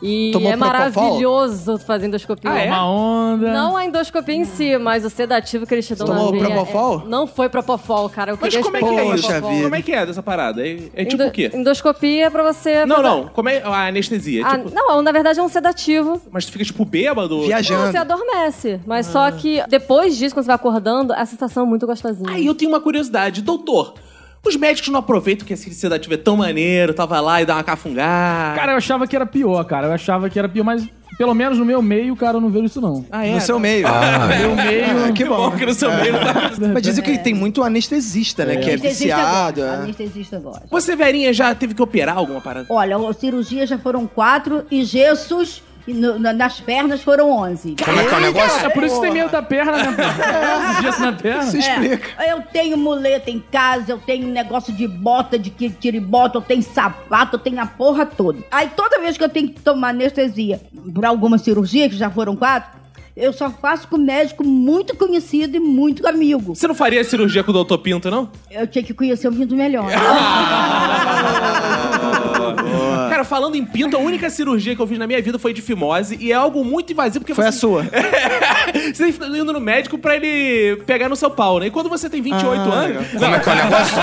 Speaker 4: E
Speaker 2: Tomou
Speaker 4: é
Speaker 2: Propofol?
Speaker 4: maravilhoso fazer endoscopia.
Speaker 1: Ah, é? Hum.
Speaker 6: Uma onda.
Speaker 4: Não a endoscopia em si, mas o sedativo que eles te dão
Speaker 2: Tomou
Speaker 4: na veia.
Speaker 2: Propofol?
Speaker 4: é- Não foi Propofol, cara. Eu
Speaker 1: mas
Speaker 4: queria
Speaker 1: como é que é
Speaker 4: experimentar
Speaker 1: isso?
Speaker 2: Poxa
Speaker 4: Propofol.
Speaker 2: vida.
Speaker 1: Como é que é dessa parada? É, é tipo
Speaker 4: Endo-
Speaker 1: o quê?
Speaker 4: Endoscopia é pra você...
Speaker 1: Não,
Speaker 4: fazer-
Speaker 1: não, como é a anestesia? É
Speaker 4: Ah,
Speaker 1: tipo-
Speaker 4: Não, na verdade é um sedativo.
Speaker 1: Mas tu fica tipo bêbado?
Speaker 4: Não, você é
Speaker 2: Viajando.
Speaker 4: adormece. Mas só que depois disso, quando você vai acordando, a sensação é muito gostosinha.
Speaker 1: Aí eu tenho uma curiosidade. Doutor, os médicos não aproveitam que esse sedativo é tão maneiro, tava lá e dá uma cafungada.
Speaker 6: Cara, eu achava que era pior, cara. Eu achava que era pior, mas pelo menos no meu meio, cara, eu não vejo isso, não.
Speaker 1: ah, é?
Speaker 2: No seu meio.
Speaker 6: No meio...
Speaker 2: Ah, que bom. É.
Speaker 1: que no seu meio não tá...
Speaker 2: Mas dizem que tem muito anestesista, né? Que é
Speaker 3: Anestesista
Speaker 2: viciado.
Speaker 3: gosta,
Speaker 2: é.
Speaker 3: Anestesista gosta.
Speaker 1: Você, Verinha, já teve que operar alguma parada?
Speaker 3: Olha, o- cirurgias já foram quatro e gessos e no- na- nas pernas foram onze.
Speaker 10: Como é que é o negócio?
Speaker 6: É por isso que tem medo da perna, né? pô? Disso na perna.
Speaker 2: Se explica.
Speaker 3: É, eu tenho muleta em casa, eu tenho negócio de bota, de que- tiribota, eu tenho sapato, eu tenho a porra toda. Aí toda vez que eu tenho que tomar anestesia pra alguma cirurgia, que já foram quatro, eu só faço com médico muito conhecido e muito amigo.
Speaker 1: Você não faria cirurgia com o doutor Pinto, não?
Speaker 3: Eu tinha que conhecer o Pinto melhor.
Speaker 2: Ah.
Speaker 1: Cara, falando em pinto, a única cirurgia que eu fiz na minha vida foi de fimose e é algo muito invasivo porque
Speaker 2: Foi a
Speaker 1: você-
Speaker 2: sua.
Speaker 1: você tá indo no médico pra ele pegar no seu pau, né? E quando você tem 28
Speaker 2: Ah,
Speaker 1: anos.
Speaker 10: Como é que é o negócio?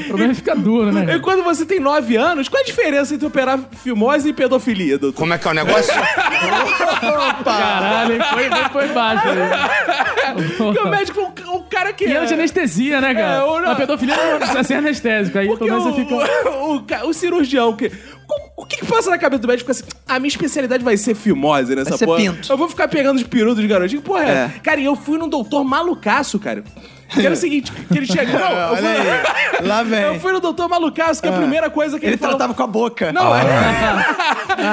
Speaker 6: O problema é ficar duro,
Speaker 1: E
Speaker 6: né?
Speaker 1: quando você tem 9 anos, qual é a diferença entre operar fimose e pedofilia, doutor?
Speaker 10: Como é que é o negócio?
Speaker 6: Caralho, hein? foi, foi, foi baixo.
Speaker 1: Porque o
Speaker 6: aí.
Speaker 1: médico foi um ca- um cara que.
Speaker 6: E era de anestesia, né,
Speaker 1: É,
Speaker 6: cara?
Speaker 1: ou não.
Speaker 6: A pedofilia não precisa ser anestésico. Aí
Speaker 1: Porque
Speaker 6: pelo menos
Speaker 1: o,
Speaker 6: você fica...
Speaker 1: o, ca- o cirurgião que. o- O que, que passa na cabeça do médico assim? A minha especialidade vai ser fimose nessa
Speaker 2: Vai ser
Speaker 1: porra.
Speaker 2: pinto."
Speaker 1: Eu vou ficar pegando os perus dos garotinhos. Porra, é. cara, e eu fui num doutor malucaço, cara. Que era o seguinte, que ele chegou. Não, eu
Speaker 2: Olha
Speaker 1: fui-
Speaker 2: aí. Lá vem. Ah.
Speaker 1: Eu fui no doutor malucaço, que a primeira coisa que ele,
Speaker 2: Ele
Speaker 1: falou.
Speaker 2: tratava Ah. com a boca.
Speaker 1: Não, é.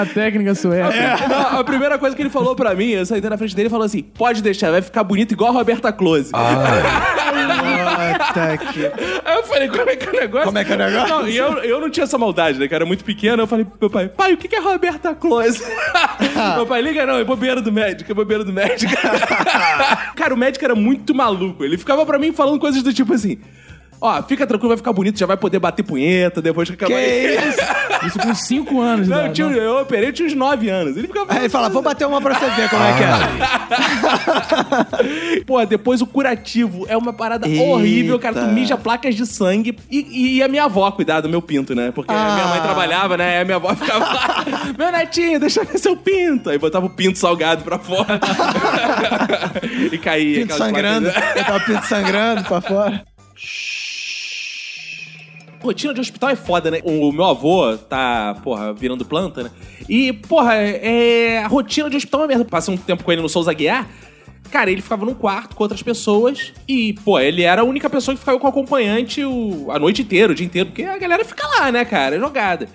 Speaker 6: A técnica sueca.
Speaker 1: Não, a primeira coisa que ele falou pra mim, eu saí na frente dele e falou assim: pode deixar, vai ficar bonito igual a Roberta Close.
Speaker 2: Ah. Puta que-
Speaker 1: Aí eu falei, como é que é o negócio?
Speaker 2: Como é que é o negócio?
Speaker 1: Não, e eu, eu não tinha essa maldade, né, cara? Era muito pequeno. Eu falei pro meu pai, pai, o que que é Roberta Close? meu pai, liga não, é bobeira do médico, é bobeira do médico. cara, o médico era muito maluco. Ele ficava pra mim falando coisas do tipo assim... Ó, fica tranquilo, vai ficar bonito, já vai poder bater punheta depois que acabar.
Speaker 6: Isso com 5 anos,
Speaker 1: É. Não,
Speaker 6: né?
Speaker 1: eu, tinha, eu operei, eu tinha uns 9 anos. Ele ficava.
Speaker 2: Aí ele fala, vou bater uma pra você ver como é que é.
Speaker 1: Pô, depois o curativo é uma parada
Speaker 2: Eita.
Speaker 1: horrível, cara. Tu mija placas de sangue. E, e a minha avó, cuidado, meu pinto, né? Porque a minha
Speaker 2: Ah.
Speaker 1: mãe trabalhava, né? Aí a minha avó ficava lá, meu netinho, deixa eu ver seu pinto. Aí botava o pinto salgado pra fora. e caía.
Speaker 2: Pinto
Speaker 1: aquelas
Speaker 2: sangrando.
Speaker 1: placas.
Speaker 2: Eu tava pinto sangrando pra fora.
Speaker 1: Rotina de hospital é foda, né? O meu avô tá, porra, virando planta, né? E, porra, é, a rotina de hospital é uma merda. Passei um tempo com ele no Souza Guiar. Cara, ele ficava num quarto com outras pessoas e, pô, ele era a única pessoa que ficava com o acompanhante o- a noite inteira, o dia inteiro, porque a galera fica lá, né, cara? Jogada.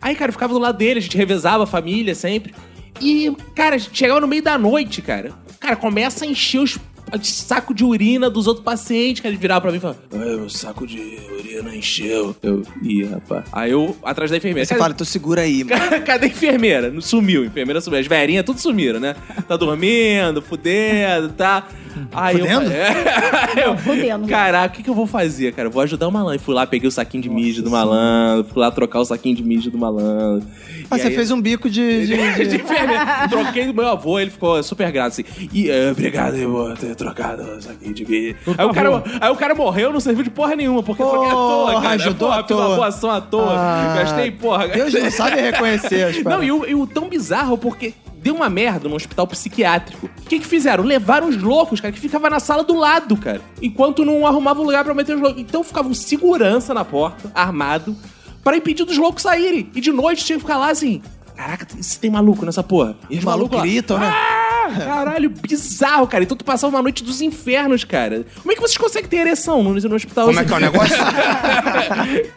Speaker 1: Aí, cara, eu ficava do lado dele, a gente revezava a família sempre. E, cara, chegava no meio da noite, cara. Cara, começa a encher os saco de urina dos outros pacientes, cara. Ele virava pra mim e falava, ai, meu saco de urina encheu. Eu, ih, rapaz. Aí eu, atrás da enfermeira.
Speaker 2: Você
Speaker 1: "Cadê-
Speaker 2: fala, então segura aí, mano.
Speaker 1: Cadê- Cadê a enfermeira? Não Sumiu, a enfermeira sumiu. As velhinhas tudo sumiram, né? Tá dormindo, fudendo, tá. Aí
Speaker 2: Fudendo?
Speaker 1: Eu, é, eu,
Speaker 3: fudendo.
Speaker 1: Caraca, o que, que eu vou fazer, cara? Eu Vou ajudar o malandro. Fui lá, peguei o saquinho de mijo do malandro, fui lá trocar o saquinho de mijo do malandro.
Speaker 2: Ah,
Speaker 1: E
Speaker 2: você
Speaker 1: aí-
Speaker 2: fez um bico de... de-
Speaker 1: de
Speaker 2: de-
Speaker 1: enfermeira. Troquei do meu avô, ele ficou super grato assim. E eh, obrigado aí, por ter trocado isso aqui de mim. Aí o, cara, aí o cara morreu, não serviu de porra nenhuma, porque eu troquei à toa,
Speaker 2: Porra,
Speaker 1: cara.
Speaker 2: ajudou
Speaker 1: porra,
Speaker 2: à
Speaker 1: fiz uma
Speaker 2: toa.
Speaker 1: boa ação à toa.
Speaker 2: Ah,
Speaker 1: Gastei, porra.
Speaker 2: Deus não sabe reconhecer as
Speaker 1: Não,
Speaker 2: paradas.
Speaker 1: e o, e o tão bizarro porque deu uma merda num hospital psiquiátrico. O que que fizeram? Levaram os loucos, cara, que ficava na sala do lado, cara. Enquanto não arrumava um lugar pra meter os loucos. Então ficava um segurança na porta, armado, pra impedir dos loucos saírem. E de noite tinha que ficar lá assim... Caraca, se tem maluco nessa porra. E os
Speaker 2: Os malucos
Speaker 1: malucos lá,
Speaker 2: gritam, né?
Speaker 1: Caralho, bizarro, cara. Então tu passava uma noite dos infernos, cara. Como é que vocês conseguem ter ereção no, no hospital? assim?
Speaker 10: Como é que é o negócio?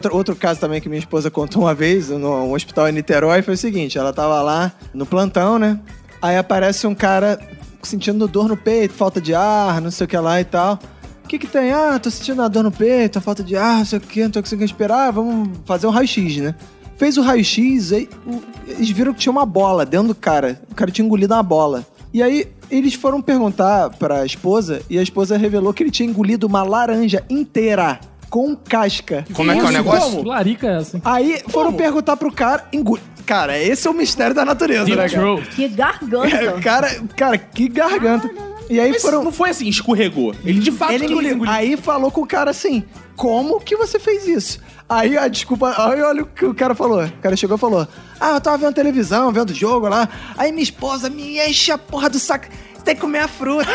Speaker 2: Outro- Outro caso também que minha esposa contou uma vez no um hospital em Niterói foi o seguinte: ela tava lá no plantão, né? Aí aparece um cara sentindo dor no peito, falta de ar, não sei o que lá e tal. O que que tem? Ah, tô sentindo a dor no peito, a falta de ar, não sei o que, não tô conseguindo respirar, vamos fazer um raio-x, né? Fez o raio-x, aí o- eles viram que tinha uma bola dentro do cara. O cara tinha engolido uma bola. E aí eles foram perguntar pra esposa e a esposa revelou que ele tinha engolido uma laranja inteira com casca.
Speaker 10: Como é que é o negócio?
Speaker 6: Larica é essa.
Speaker 2: Aí foram perguntar pro cara. engo- Cara, esse é o mistério da
Speaker 1: Tá
Speaker 2: natureza, né,
Speaker 6: Deep
Speaker 2: cara?
Speaker 6: throat.
Speaker 3: Que garganta.
Speaker 2: cara? Cara, que garganta. E aí
Speaker 1: Mas
Speaker 2: foram.
Speaker 1: não foi assim, escorregou. Ele de fato
Speaker 2: Ele
Speaker 1: quis
Speaker 2: engoliu.
Speaker 1: engolir.
Speaker 2: Aí falou com o cara assim: Como que você fez isso? Aí a desculpa. Aí olha o que o cara falou. O cara chegou e falou: Ah, eu tava vendo televisão, vendo jogo lá. Aí minha esposa me enche a porra do saco. Você tem que comer a fruta.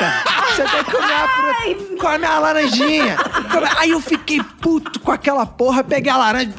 Speaker 2: Você tem que comer a fruta. Come a laranjinha. Come- Aí eu fiquei puto com aquela porra, peguei a laranja.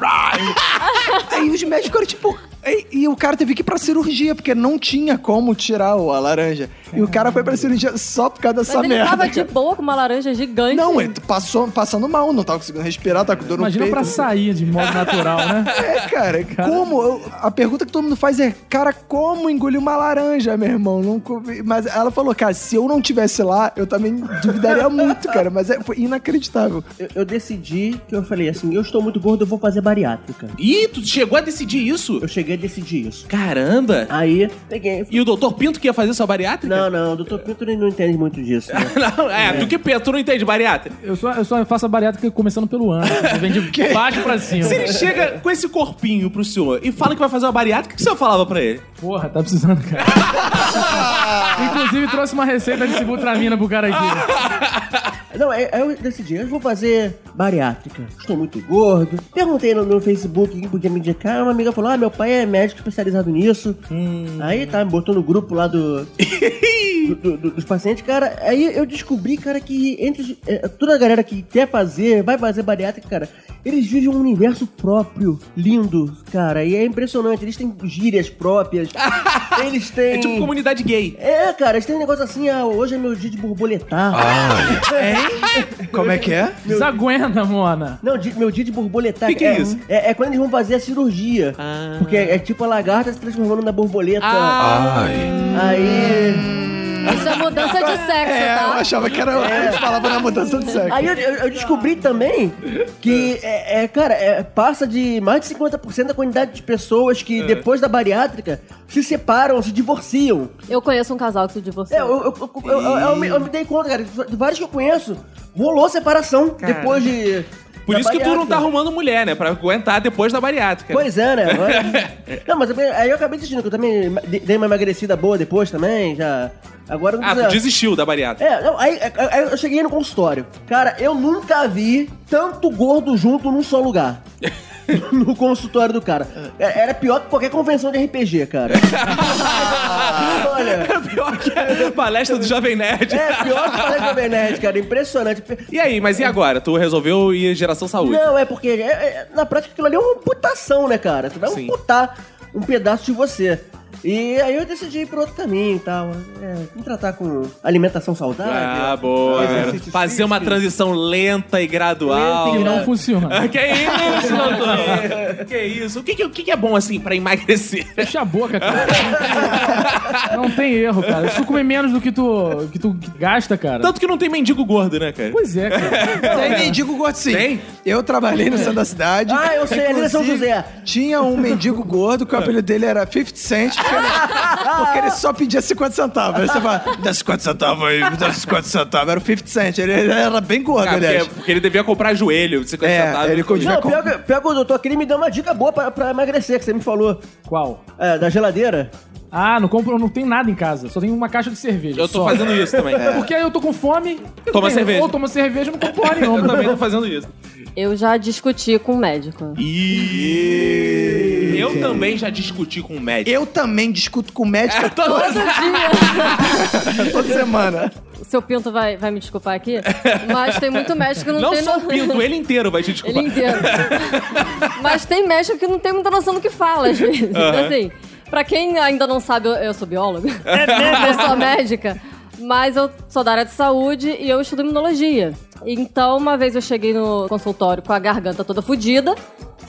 Speaker 2: Aí os médicos ficaram tipo. E, e o cara teve que ir pra cirurgia, porque não tinha como tirar o- a laranja. E o cara foi pra cirurgia só por causa dessa
Speaker 4: Mas ele
Speaker 2: merda.
Speaker 4: tava
Speaker 2: cara.
Speaker 4: de boa com uma laranja gigante.
Speaker 2: Não, é- ele passou, passando mal, não tava conseguindo respirar, tá com dor no
Speaker 6: Imagina
Speaker 2: peito.
Speaker 6: pra sair de modo natural, né?
Speaker 2: É, cara, como? Eu- a pergunta que todo mundo faz é, cara, como engolir uma laranja, meu irmão? Não comi- Mas ela falou, cara, se eu não tivesse lá, eu também duvidaria muito, cara. Mas é, foi inacreditável.
Speaker 5: Eu, eu decidi que eu falei assim, eu estou muito gordo, eu vou fazer bariátrica.
Speaker 1: Ih, tu chegou a decidir isso?
Speaker 5: Eu cheguei a decidir isso.
Speaker 1: Caramba!
Speaker 5: Aí, peguei.
Speaker 1: E o doutor Pinto que ia fazer sua bariátrica?
Speaker 5: Não, não, o doutor Pinto não entende muito disso. né?
Speaker 1: Não, é, tu que pensa, tu não entende bariátrica?
Speaker 6: Eu só, eu só faço a bariátrica começando pelo ano. Eu venho de baixo pra cima.
Speaker 1: Se ele chega com esse corpinho pro senhor e fala que vai fazer uma bariátrica, o que o senhor falava pra ele?
Speaker 6: Porra, tá precisando, cara. Inclusive, trouxe uma receita de sibutramina pro cara aqui.
Speaker 1: Ah,
Speaker 5: Não, aí aí eu decidi, eu vou fazer bariátrica. Estou muito gordo. Perguntei no meu Facebook quem podia me indicar. Uma amiga falou: Ah, meu pai é médico especializado nisso. Aí tá, me botou no grupo lá do, do- do- do- dos pacientes. Cara, aí eu descobri, cara, que entre os- eh, toda a galera que quer fazer, vai fazer bariátrica, cara, eles vivem um universo próprio, lindo, cara. E é impressionante. Eles têm gírias próprias. eles têm.
Speaker 1: É tipo comunidade gay.
Speaker 5: É, cara, eles têm um negócio assim, ah, hoje é meu dia de borboletar.
Speaker 2: Como é que é?
Speaker 6: Desaguenta, Mona.
Speaker 5: Não, di- meu dia de borboletar.
Speaker 1: Que que é isso?
Speaker 5: É, é quando eles vão fazer a cirurgia. Porque é, é tipo a lagarta se transformando na borboleta.
Speaker 8: Ai,
Speaker 5: Aí.
Speaker 4: Isso é mudança de sexo,
Speaker 2: É, eu
Speaker 4: tá?
Speaker 2: achava que era
Speaker 1: É.
Speaker 2: a gente falava na mudança de sexo.
Speaker 5: Aí eu, eu- eu descobri também que, é, é, cara, é, passa de mais de 50% da quantidade de pessoas que,
Speaker 1: É.
Speaker 5: depois da bariátrica, se separam, se divorciam.
Speaker 4: Eu conheço um casal que se
Speaker 5: É,
Speaker 4: divorciou.
Speaker 5: eu, eu- eu- eu- eu- eu me, eu me dei conta, cara, de vários que eu conheço, rolou separação depois de.
Speaker 1: Por
Speaker 5: Da
Speaker 1: isso que tu não tá
Speaker 5: bariátrica.
Speaker 1: arrumando mulher, né? Pra aguentar depois da bariátrica.
Speaker 5: Pois é, né? Agora- não, mas também- aí eu acabei desistindo, que eu também de- dei uma emagrecida boa depois também, já. Agora eu não
Speaker 1: Ah, tu
Speaker 5: precisa-
Speaker 1: desistiu da bariátrica.
Speaker 5: É, não, aí, aí eu cheguei no consultório. Cara, eu nunca vi tanto gordo junto num só lugar. No consultório do cara. É- Era pior que qualquer convenção de RPG, cara. Olha.
Speaker 1: É Pior que a palestra do Jovem Nerd.
Speaker 5: É pior que falar de Jovem Nerd, cara. Impressionante.
Speaker 1: E aí, mas e agora? Tu resolveu ir geração saúde.
Speaker 5: Não, é porque é- é- na prática aquilo ali é uma amputação, né, cara? Tu vai
Speaker 1: Sim.
Speaker 5: amputar um pedaço de você. E aí eu decidi ir por outro caminho e tal. É, me tratar com alimentação saudável.
Speaker 1: Ah, boa.
Speaker 5: exercício
Speaker 1: cara.
Speaker 5: físico.
Speaker 1: Fazer uma transição lenta e gradual.
Speaker 5: Lenta
Speaker 6: Que
Speaker 5: e
Speaker 6: não funciona.
Speaker 1: Ah, Que isso, doutor? Que isso? O que, que- o que que é bom, assim, pra emagrecer?
Speaker 6: Fecha a boca, cara. Não tem erro, cara. Se tu comer menos do que tu, que tu gasta, cara.
Speaker 1: Tanto que não tem mendigo gordo, né, cara?
Speaker 6: Pois é, cara.
Speaker 2: Tem mendigo gordo sim.
Speaker 1: Tem?
Speaker 2: Eu trabalhei no centro da cidade. É
Speaker 5: Ah, eu sei, ali na São
Speaker 2: Inclusive,
Speaker 5: José.
Speaker 2: Tinha um mendigo gordo que o apelido dele era 50 Cent, porque ele, porque ele só pedia 50 centavos. Aí você fala, dá 50 centavos aí, me dá 50 centavos. Era o 50 Cent, ele, ele era bem gordo,
Speaker 1: Ah,
Speaker 2: aliás.
Speaker 1: porque, porque ele devia comprar joelho, 50
Speaker 2: É,
Speaker 1: centavos.
Speaker 2: ele continua-
Speaker 5: Não, pior que, pior que o doutor aquele me deu uma dica boa pra, pra emagrecer, que você me falou.
Speaker 6: Qual?
Speaker 5: É, da geladeira.
Speaker 6: Ah, não compro, não tem nada em casa. Só tem uma caixa de cerveja.
Speaker 1: Eu tô
Speaker 6: só. É
Speaker 1: fazendo isso também.
Speaker 2: É.
Speaker 6: Porque aí eu tô com fome. eu também- né?
Speaker 1: Toma cerveja.
Speaker 6: Ou toma cerveja, eu não compro porra
Speaker 1: Eu também tô
Speaker 6: nenhuma.
Speaker 1: fazendo isso.
Speaker 4: Eu já discuti com o médico.
Speaker 1: E... Eu também já discuti com um médico.
Speaker 2: Eu também discuto com médico
Speaker 1: Todo
Speaker 2: toda semana.
Speaker 4: O seu pinto vai, vai me desculpar aqui, mas tem muito médico que não,
Speaker 1: Não
Speaker 4: tem...
Speaker 1: só
Speaker 4: no-
Speaker 1: o pinto, ele inteiro vai te
Speaker 4: Ele
Speaker 1: desculpar.
Speaker 4: inteiro. Mas tem médico que não tem muita noção do que fala, às vezes. Então, assim, pra quem ainda não sabe, eu, eu sou bióloga. eu sou médica. Mas eu sou da área de saúde e eu estudo imunologia. Então, uma vez eu cheguei no consultório com a garganta toda fodida,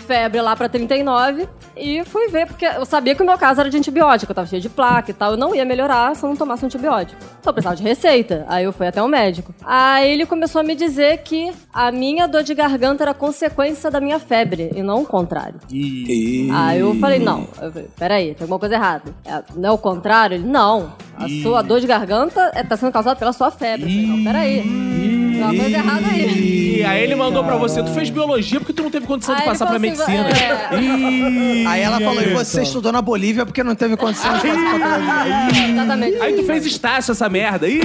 Speaker 4: febre lá pra 39, e fui ver, porque eu sabia que o meu caso era de antibiótico, eu tava cheia de placa e tal, eu não ia melhorar se eu não tomasse um antibiótico. Então eu precisava de receita. Aí eu fui até o médico. Aí ele começou a me dizer que a minha dor de garganta era consequência da minha febre, e não o contrário. Aí eu falei, não, eu falei, peraí, tem alguma coisa errada. É, não é o contrário? Ele, não. A sua dor de garganta é- tá sendo causada pela sua febre. Eu falei, não, peraí. Tem uma coisa errada aí.
Speaker 1: E aí ele mandou pra você, tu fez biologia porque tu não teve condição
Speaker 4: Aí
Speaker 1: de
Speaker 4: ele
Speaker 1: passar pra
Speaker 4: falou assim,
Speaker 1: medicina.
Speaker 4: é.
Speaker 1: Ih,
Speaker 2: Aí ela falou, e
Speaker 6: isso?
Speaker 2: você estudou na Bolívia porque não teve condição de fazer faculdade.
Speaker 4: Exatamente.
Speaker 1: Aí tu fez estácio essa merda. Ih.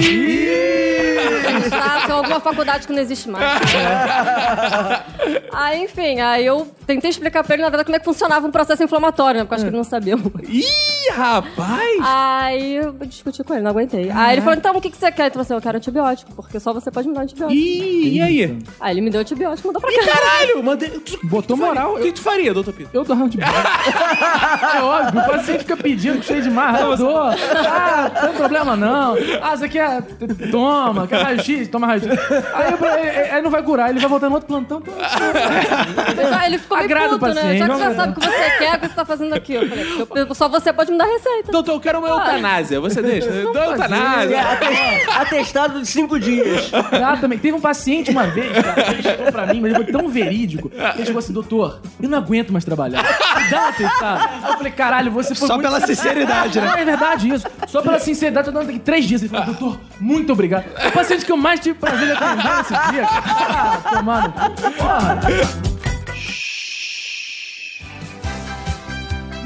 Speaker 4: Tá, tem alguma faculdade que não existe mais. aí, enfim, aí eu tentei explicar pra ele, na verdade, como é que funcionava um processo inflamatório, né? Porque eu acho que ele não sabia.
Speaker 1: Ih, rapaz!
Speaker 4: Aí eu discuti com ele, não aguentei. Aí ele falou, então o que, que você quer? Eu falei assim, eu quero antibiótico, porque só você pode me dar antibiótico.
Speaker 1: Ih, e aí?
Speaker 4: Aí ele me deu antibiótico e mandou pra cá.
Speaker 1: Caralho, mandei. tu-
Speaker 6: Botou moral.
Speaker 1: O que tu faria, doutor Pito?
Speaker 6: Eu dou round de É óbvio, o paciente fica pedindo cheio de marra, eu dou. Ah, não tem problema não. Ah, você quer. Toma, quer raio-x? Toma raio-x. Aí, eu- é, aí- aí não vai curar, ele vai voltar no outro plantão. Pô,
Speaker 4: Aí ele ficou meio
Speaker 6: Agrada o
Speaker 4: puto, né?
Speaker 6: paciente,
Speaker 4: Já que você
Speaker 6: não-
Speaker 4: sabe o que você quer, o que você tá fazendo aqui. Eu falei, "Eu- só você pode me dar receita.
Speaker 1: Doutor, eu quero uma eutanásia. Você deixa? Dou eutanásia.
Speaker 5: Ates- Atestado de cinco dias.
Speaker 6: Ah, também. Teve um paciente uma vez, cara, ele chegou pra mim, mas ele foi tão verídico, que ele chegou assim, doutor, eu não aguento mais trabalhar. Me dá uma testada. Eu falei, caralho, você foi
Speaker 2: Só
Speaker 6: muito...
Speaker 2: pela sinceridade, né?
Speaker 6: Ah, é verdade isso. Só pela sinceridade, eu tô dando aqui três dias. Ele falou, doutor, muito obrigado. O paciente que eu mais tive prazer de atender nesse dia. cara. Ah, tomando. Porra.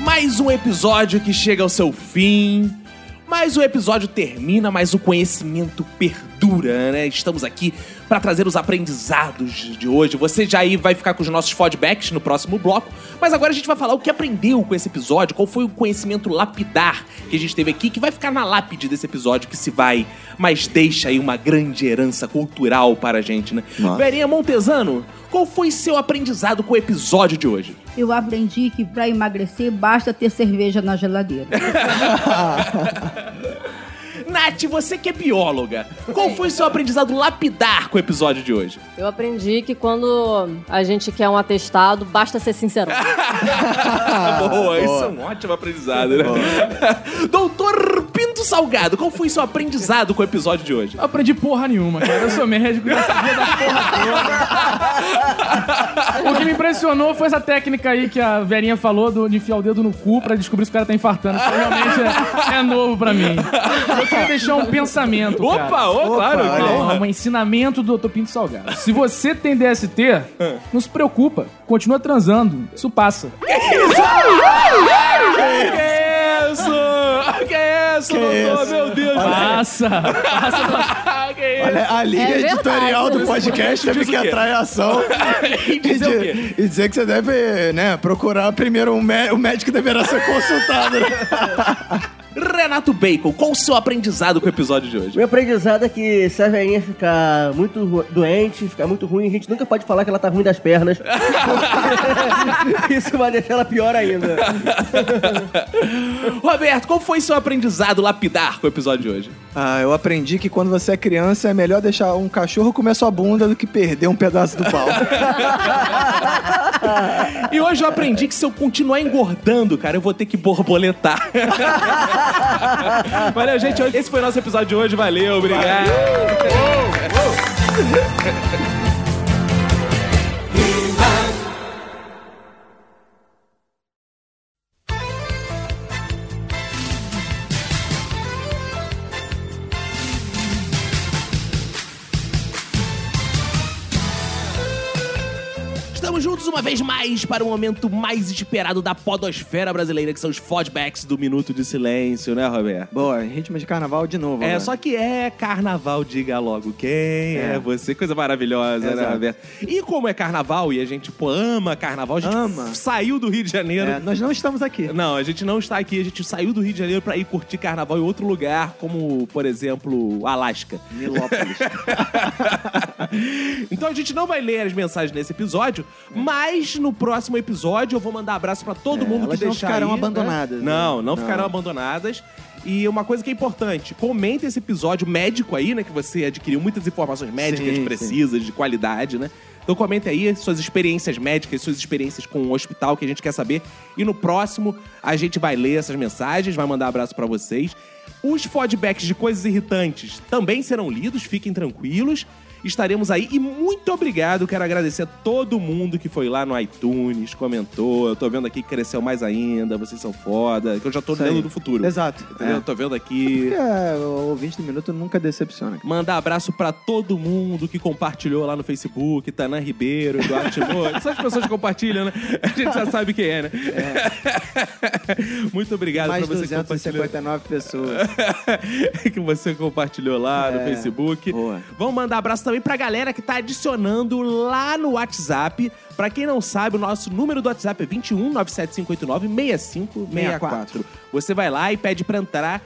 Speaker 1: Mais um episódio que chega ao seu fim. Mais um episódio termina, mas o conhecimento perdura, né? Estamos aqui para trazer os aprendizados de hoje. Você já aí vai ficar com os nossos feedbacks no próximo bloco, mas agora a gente vai falar o que aprendeu com esse episódio, qual foi o conhecimento lapidar que a gente teve aqui, que vai ficar na lápide desse episódio que se vai, mas deixa aí uma grande herança cultural para a gente, né? Verinha Montesano, qual foi seu aprendizado com o episódio de hoje?
Speaker 3: Eu aprendi que pra emagrecer basta ter cerveja na geladeira.
Speaker 1: Nath, você que é bióloga, qual foi o seu aprendizado lapidar com o episódio de hoje?
Speaker 4: Eu aprendi que quando a gente quer um atestado, basta ser sincero.
Speaker 1: Ah, boa, isso é um ótimo aprendizado, né? Doutor Pinto Salgado, qual foi seu aprendizado com o episódio de hoje?
Speaker 6: Eu aprendi porra nenhuma, cara. Eu sou médico, já sabia da porra toda. O que me impressionou foi essa técnica aí que a Verinha falou do, de enfiar o dedo no cu pra descobrir se o cara tá infartando. Isso realmente é, é novo pra mim. Eu queria deixar um pensamento, cara.
Speaker 1: Opa, ô, claro.
Speaker 6: Olha,
Speaker 1: claro.
Speaker 6: um ensinamento do Dr. Pinto Salgado. Se você tem DST, não se preocupa. Continua transando. Isso passa.
Speaker 1: Que é isso? Ah, Que é isso, doutor? Meu Deus.
Speaker 6: Passa.
Speaker 1: Ah, que isso?
Speaker 10: Olha, a linha
Speaker 4: É verdade,
Speaker 10: editorial do
Speaker 4: isso.
Speaker 10: podcast
Speaker 1: né?
Speaker 10: teve
Speaker 1: Diz o
Speaker 10: que
Speaker 1: quê?
Speaker 10: atrai ação
Speaker 1: E
Speaker 10: e,
Speaker 1: dizer o quê?
Speaker 10: di- e dizer que você deve, né, procurar primeiro um mé- o médico deverá ser consultado. né?
Speaker 1: Renato Bacon, qual o seu aprendizado com o episódio de hoje?
Speaker 5: Meu aprendizado é que se a veinha ficar muito ru- doente, ficar muito ruim, a gente nunca pode falar que ela tá ruim das pernas. Isso vai deixar ela pior ainda.
Speaker 1: Roberto, qual foi seu aprendizado lapidar com o episódio de hoje?
Speaker 2: Ah, eu aprendi que quando você é criança é melhor deixar um cachorro comer sua bunda do que perder um pedaço do pau.
Speaker 1: E hoje eu aprendi que se eu continuar engordando, cara, eu vou ter que borboletar. Valeu, gente. Esse foi o nosso episódio de hoje. Valeu, obrigado. Estamos juntos uma vez mais para o momento mais esperado da podosfera brasileira, que são os fodbacks do Minuto de Silêncio, né, Roberto?
Speaker 2: Boa, ritmo de carnaval de novo.
Speaker 1: É,
Speaker 2: agora.
Speaker 1: só que é carnaval, diga logo quem é,
Speaker 2: É.
Speaker 1: você. Coisa maravilhosa, né,
Speaker 2: Exato.
Speaker 1: Roberto? E como é carnaval e a gente, pô, ama carnaval, a gente
Speaker 2: Ama.
Speaker 1: saiu do Rio de Janeiro.
Speaker 2: É, nós não estamos aqui.
Speaker 1: Não, a gente não está aqui, a gente saiu do Rio de Janeiro pra ir curtir carnaval em outro lugar, como, por exemplo, Alasca.
Speaker 2: Nilópolis.
Speaker 1: então a gente não vai ler as mensagens nesse episódio, mas no próximo episódio eu vou mandar abraço pra todo mundo
Speaker 2: É, elas
Speaker 1: que
Speaker 2: não
Speaker 1: deixar
Speaker 2: ficarão
Speaker 1: aí,
Speaker 2: abandonadas,
Speaker 1: né?
Speaker 2: né?
Speaker 1: Não, não
Speaker 2: Não.
Speaker 1: ficarão abandonadas. E uma coisa que é importante, comenta esse episódio médico aí, né, que você adquiriu muitas informações médicas
Speaker 2: Sim, sim.
Speaker 1: precisas, de qualidade, né? Então comenta aí suas experiências médicas, suas experiências com o hospital que a gente quer saber. E no próximo a gente vai ler essas mensagens, vai mandar abraço pra vocês. Os feedbacks de coisas irritantes também serão lidos, fiquem tranquilos. Estaremos aí e muito obrigado. Quero agradecer a todo mundo que foi lá no iTunes, comentou. Eu tô vendo aqui que cresceu mais ainda, vocês são foda. Que eu já tô
Speaker 2: Isso aí.
Speaker 1: lendo do futuro.
Speaker 2: Exato.
Speaker 1: Entendeu? Eu Tô vendo aqui.
Speaker 2: É, o ouvinte do minuto nunca decepciona.
Speaker 1: Mandar abraço pra todo mundo que compartilhou lá no Facebook, Tanã Ribeiro, Eduardo Timor. Só as pessoas que compartilham, né? A gente já sabe quem é, né? Muito obrigado
Speaker 2: Mais
Speaker 1: pra você que compartilhou.
Speaker 2: 259 pessoas.
Speaker 1: que você compartilhou lá no
Speaker 2: É,
Speaker 1: Facebook.
Speaker 2: boa.
Speaker 1: Vamos mandar abraço também pra galera que tá adicionando lá no WhatsApp. Pra quem não sabe, o nosso número do WhatsApp é 21 97589 6564. Você vai lá e pede pra entrar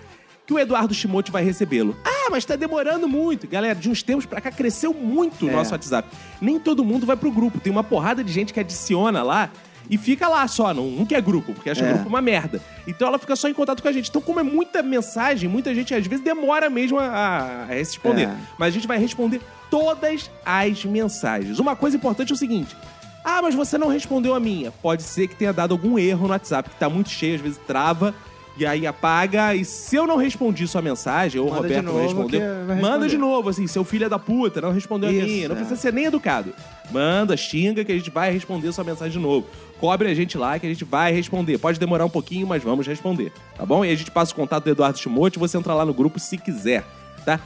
Speaker 1: que o Eduardo Shimote vai recebê-lo. Ah, mas tá demorando muito. Galera, de uns tempos pra cá cresceu muito o
Speaker 2: É.
Speaker 1: nosso WhatsApp. Nem todo mundo vai pro grupo. Tem uma porrada de gente que adiciona lá e fica lá só, não, não quer grupo, porque acha
Speaker 2: É.
Speaker 1: grupo uma merda. Então ela fica só em contato com a gente. Então, como é muita mensagem, muita gente às vezes demora mesmo a, a responder.
Speaker 2: É.
Speaker 1: Mas a gente vai responder todas as mensagens. Uma coisa importante é o seguinte. Ah, mas você não respondeu a minha. Pode ser que tenha dado algum erro no WhatsApp, que tá muito cheio, às vezes trava, e aí apaga. E se eu não respondi sua mensagem, ou o
Speaker 2: Manda de
Speaker 1: Roberto não
Speaker 2: novo
Speaker 1: respondeu,
Speaker 2: que vai
Speaker 1: manda
Speaker 2: responder.
Speaker 1: de novo, assim, seu filho é da puta, não respondeu a
Speaker 2: Isso,
Speaker 1: minha. Não
Speaker 2: é.
Speaker 1: precisa ser nem educado. Manda, xinga, que a gente vai responder sua mensagem de novo. Cobre a gente lá, que a gente vai responder. Pode demorar um pouquinho, mas vamos responder, tá bom? E a gente passa o contato do Eduardo Timote, você entra lá no grupo se quiser, tá?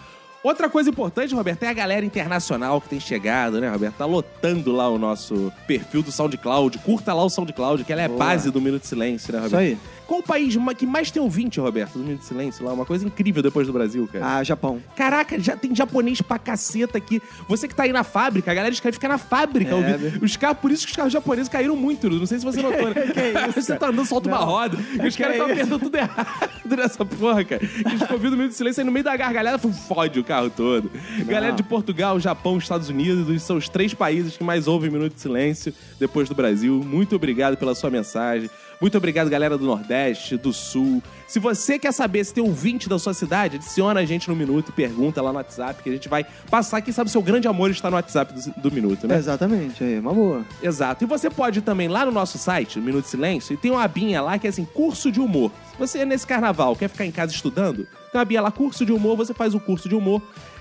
Speaker 1: Outra coisa importante, Roberto, é a galera internacional que tem chegado, né, Roberto? Tá lotando lá o nosso perfil do SoundCloud. Curta lá o SoundCloud, que ela é a base do Minuto de Silêncio, né, Roberto?
Speaker 2: Isso aí.
Speaker 1: Qual o país ma- que mais tem ouvinte, Roberto, do Minuto de Silêncio lá? Uma coisa incrível depois do Brasil, cara.
Speaker 2: Ah, Japão.
Speaker 1: Caraca, já tem japonês pra caceta aqui. Você que tá aí na fábrica, a galera escreve ficar na fábrica.
Speaker 2: É,
Speaker 1: ouvindo.
Speaker 2: velho.
Speaker 1: Os carros, por isso que os carros japoneses caíram muito. Não sei se você notou, né? você tá andando, solta uma roda. E os caras estão apertando tudo errado nessa porra, cara. E os ouvindo no meio do silêncio, aí no meio da gargalhada, fum, fode o carro todo. Galera de Portugal, Japão, Estados Unidos, são os três países que mais ouvem Minuto de Silêncio depois do Brasil. Muito obrigado pela sua mensagem. Muito obrigado, galera do Nordeste, do Sul. Se você quer saber se tem ouvinte da sua cidade, adiciona a gente no Minuto e pergunta lá no WhatsApp, que a gente vai passar. Quem sabe o seu grande amor está no WhatsApp do, do Minuto, né?
Speaker 2: Exatamente, aí, uma boa.
Speaker 1: Exato. E você pode também lá no nosso site, Minuto de Silêncio, e tem uma abinha lá que é assim, curso de humor. Se você nesse carnaval quer ficar em casa estudando, tem uma abinha lá, curso de humor, você faz o curso de humor.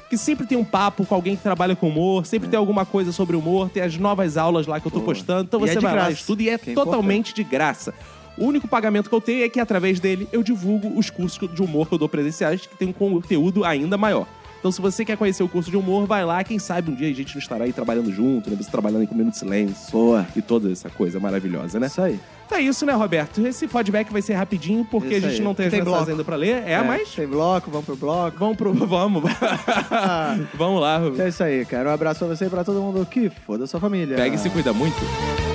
Speaker 1: Que sempre tem um papo com alguém que trabalha com humor, sempre tem alguma coisa sobre humor, tem as novas aulas lá que eu tô postando. Então
Speaker 2: E é
Speaker 1: você
Speaker 2: de
Speaker 1: vai lá,
Speaker 2: graça,
Speaker 1: estuda e é,
Speaker 2: que é
Speaker 1: totalmente de graça. O único pagamento que eu tenho é que através dele eu divulgo os cursos de humor que eu dou presenciais, que tem um conteúdo ainda maior. Então, se você quer conhecer o curso de humor, vai lá. Quem sabe um dia a gente não estará aí trabalhando junto, né? Você trabalhando aí com Minuto de Silêncio
Speaker 2: Boa.
Speaker 1: e toda essa coisa maravilhosa, né?
Speaker 2: É Isso aí.
Speaker 1: Tá isso, né, Roberto? Esse feedback vai ser rapidinho, porque
Speaker 2: Isso
Speaker 1: a gente
Speaker 2: aí.
Speaker 1: não tem as
Speaker 2: Tem
Speaker 1: mensagens
Speaker 2: bloco.
Speaker 1: ainda pra ler. É, mas...
Speaker 2: Tem bloco, vamos pro bloco.
Speaker 1: Vamos pro... Vamos. vamos lá.
Speaker 2: Ah. Então é isso aí, cara. Um abraço pra você e pra todo mundo que foda sua família.
Speaker 1: Pega e se cuida muito.
Speaker 7: Thank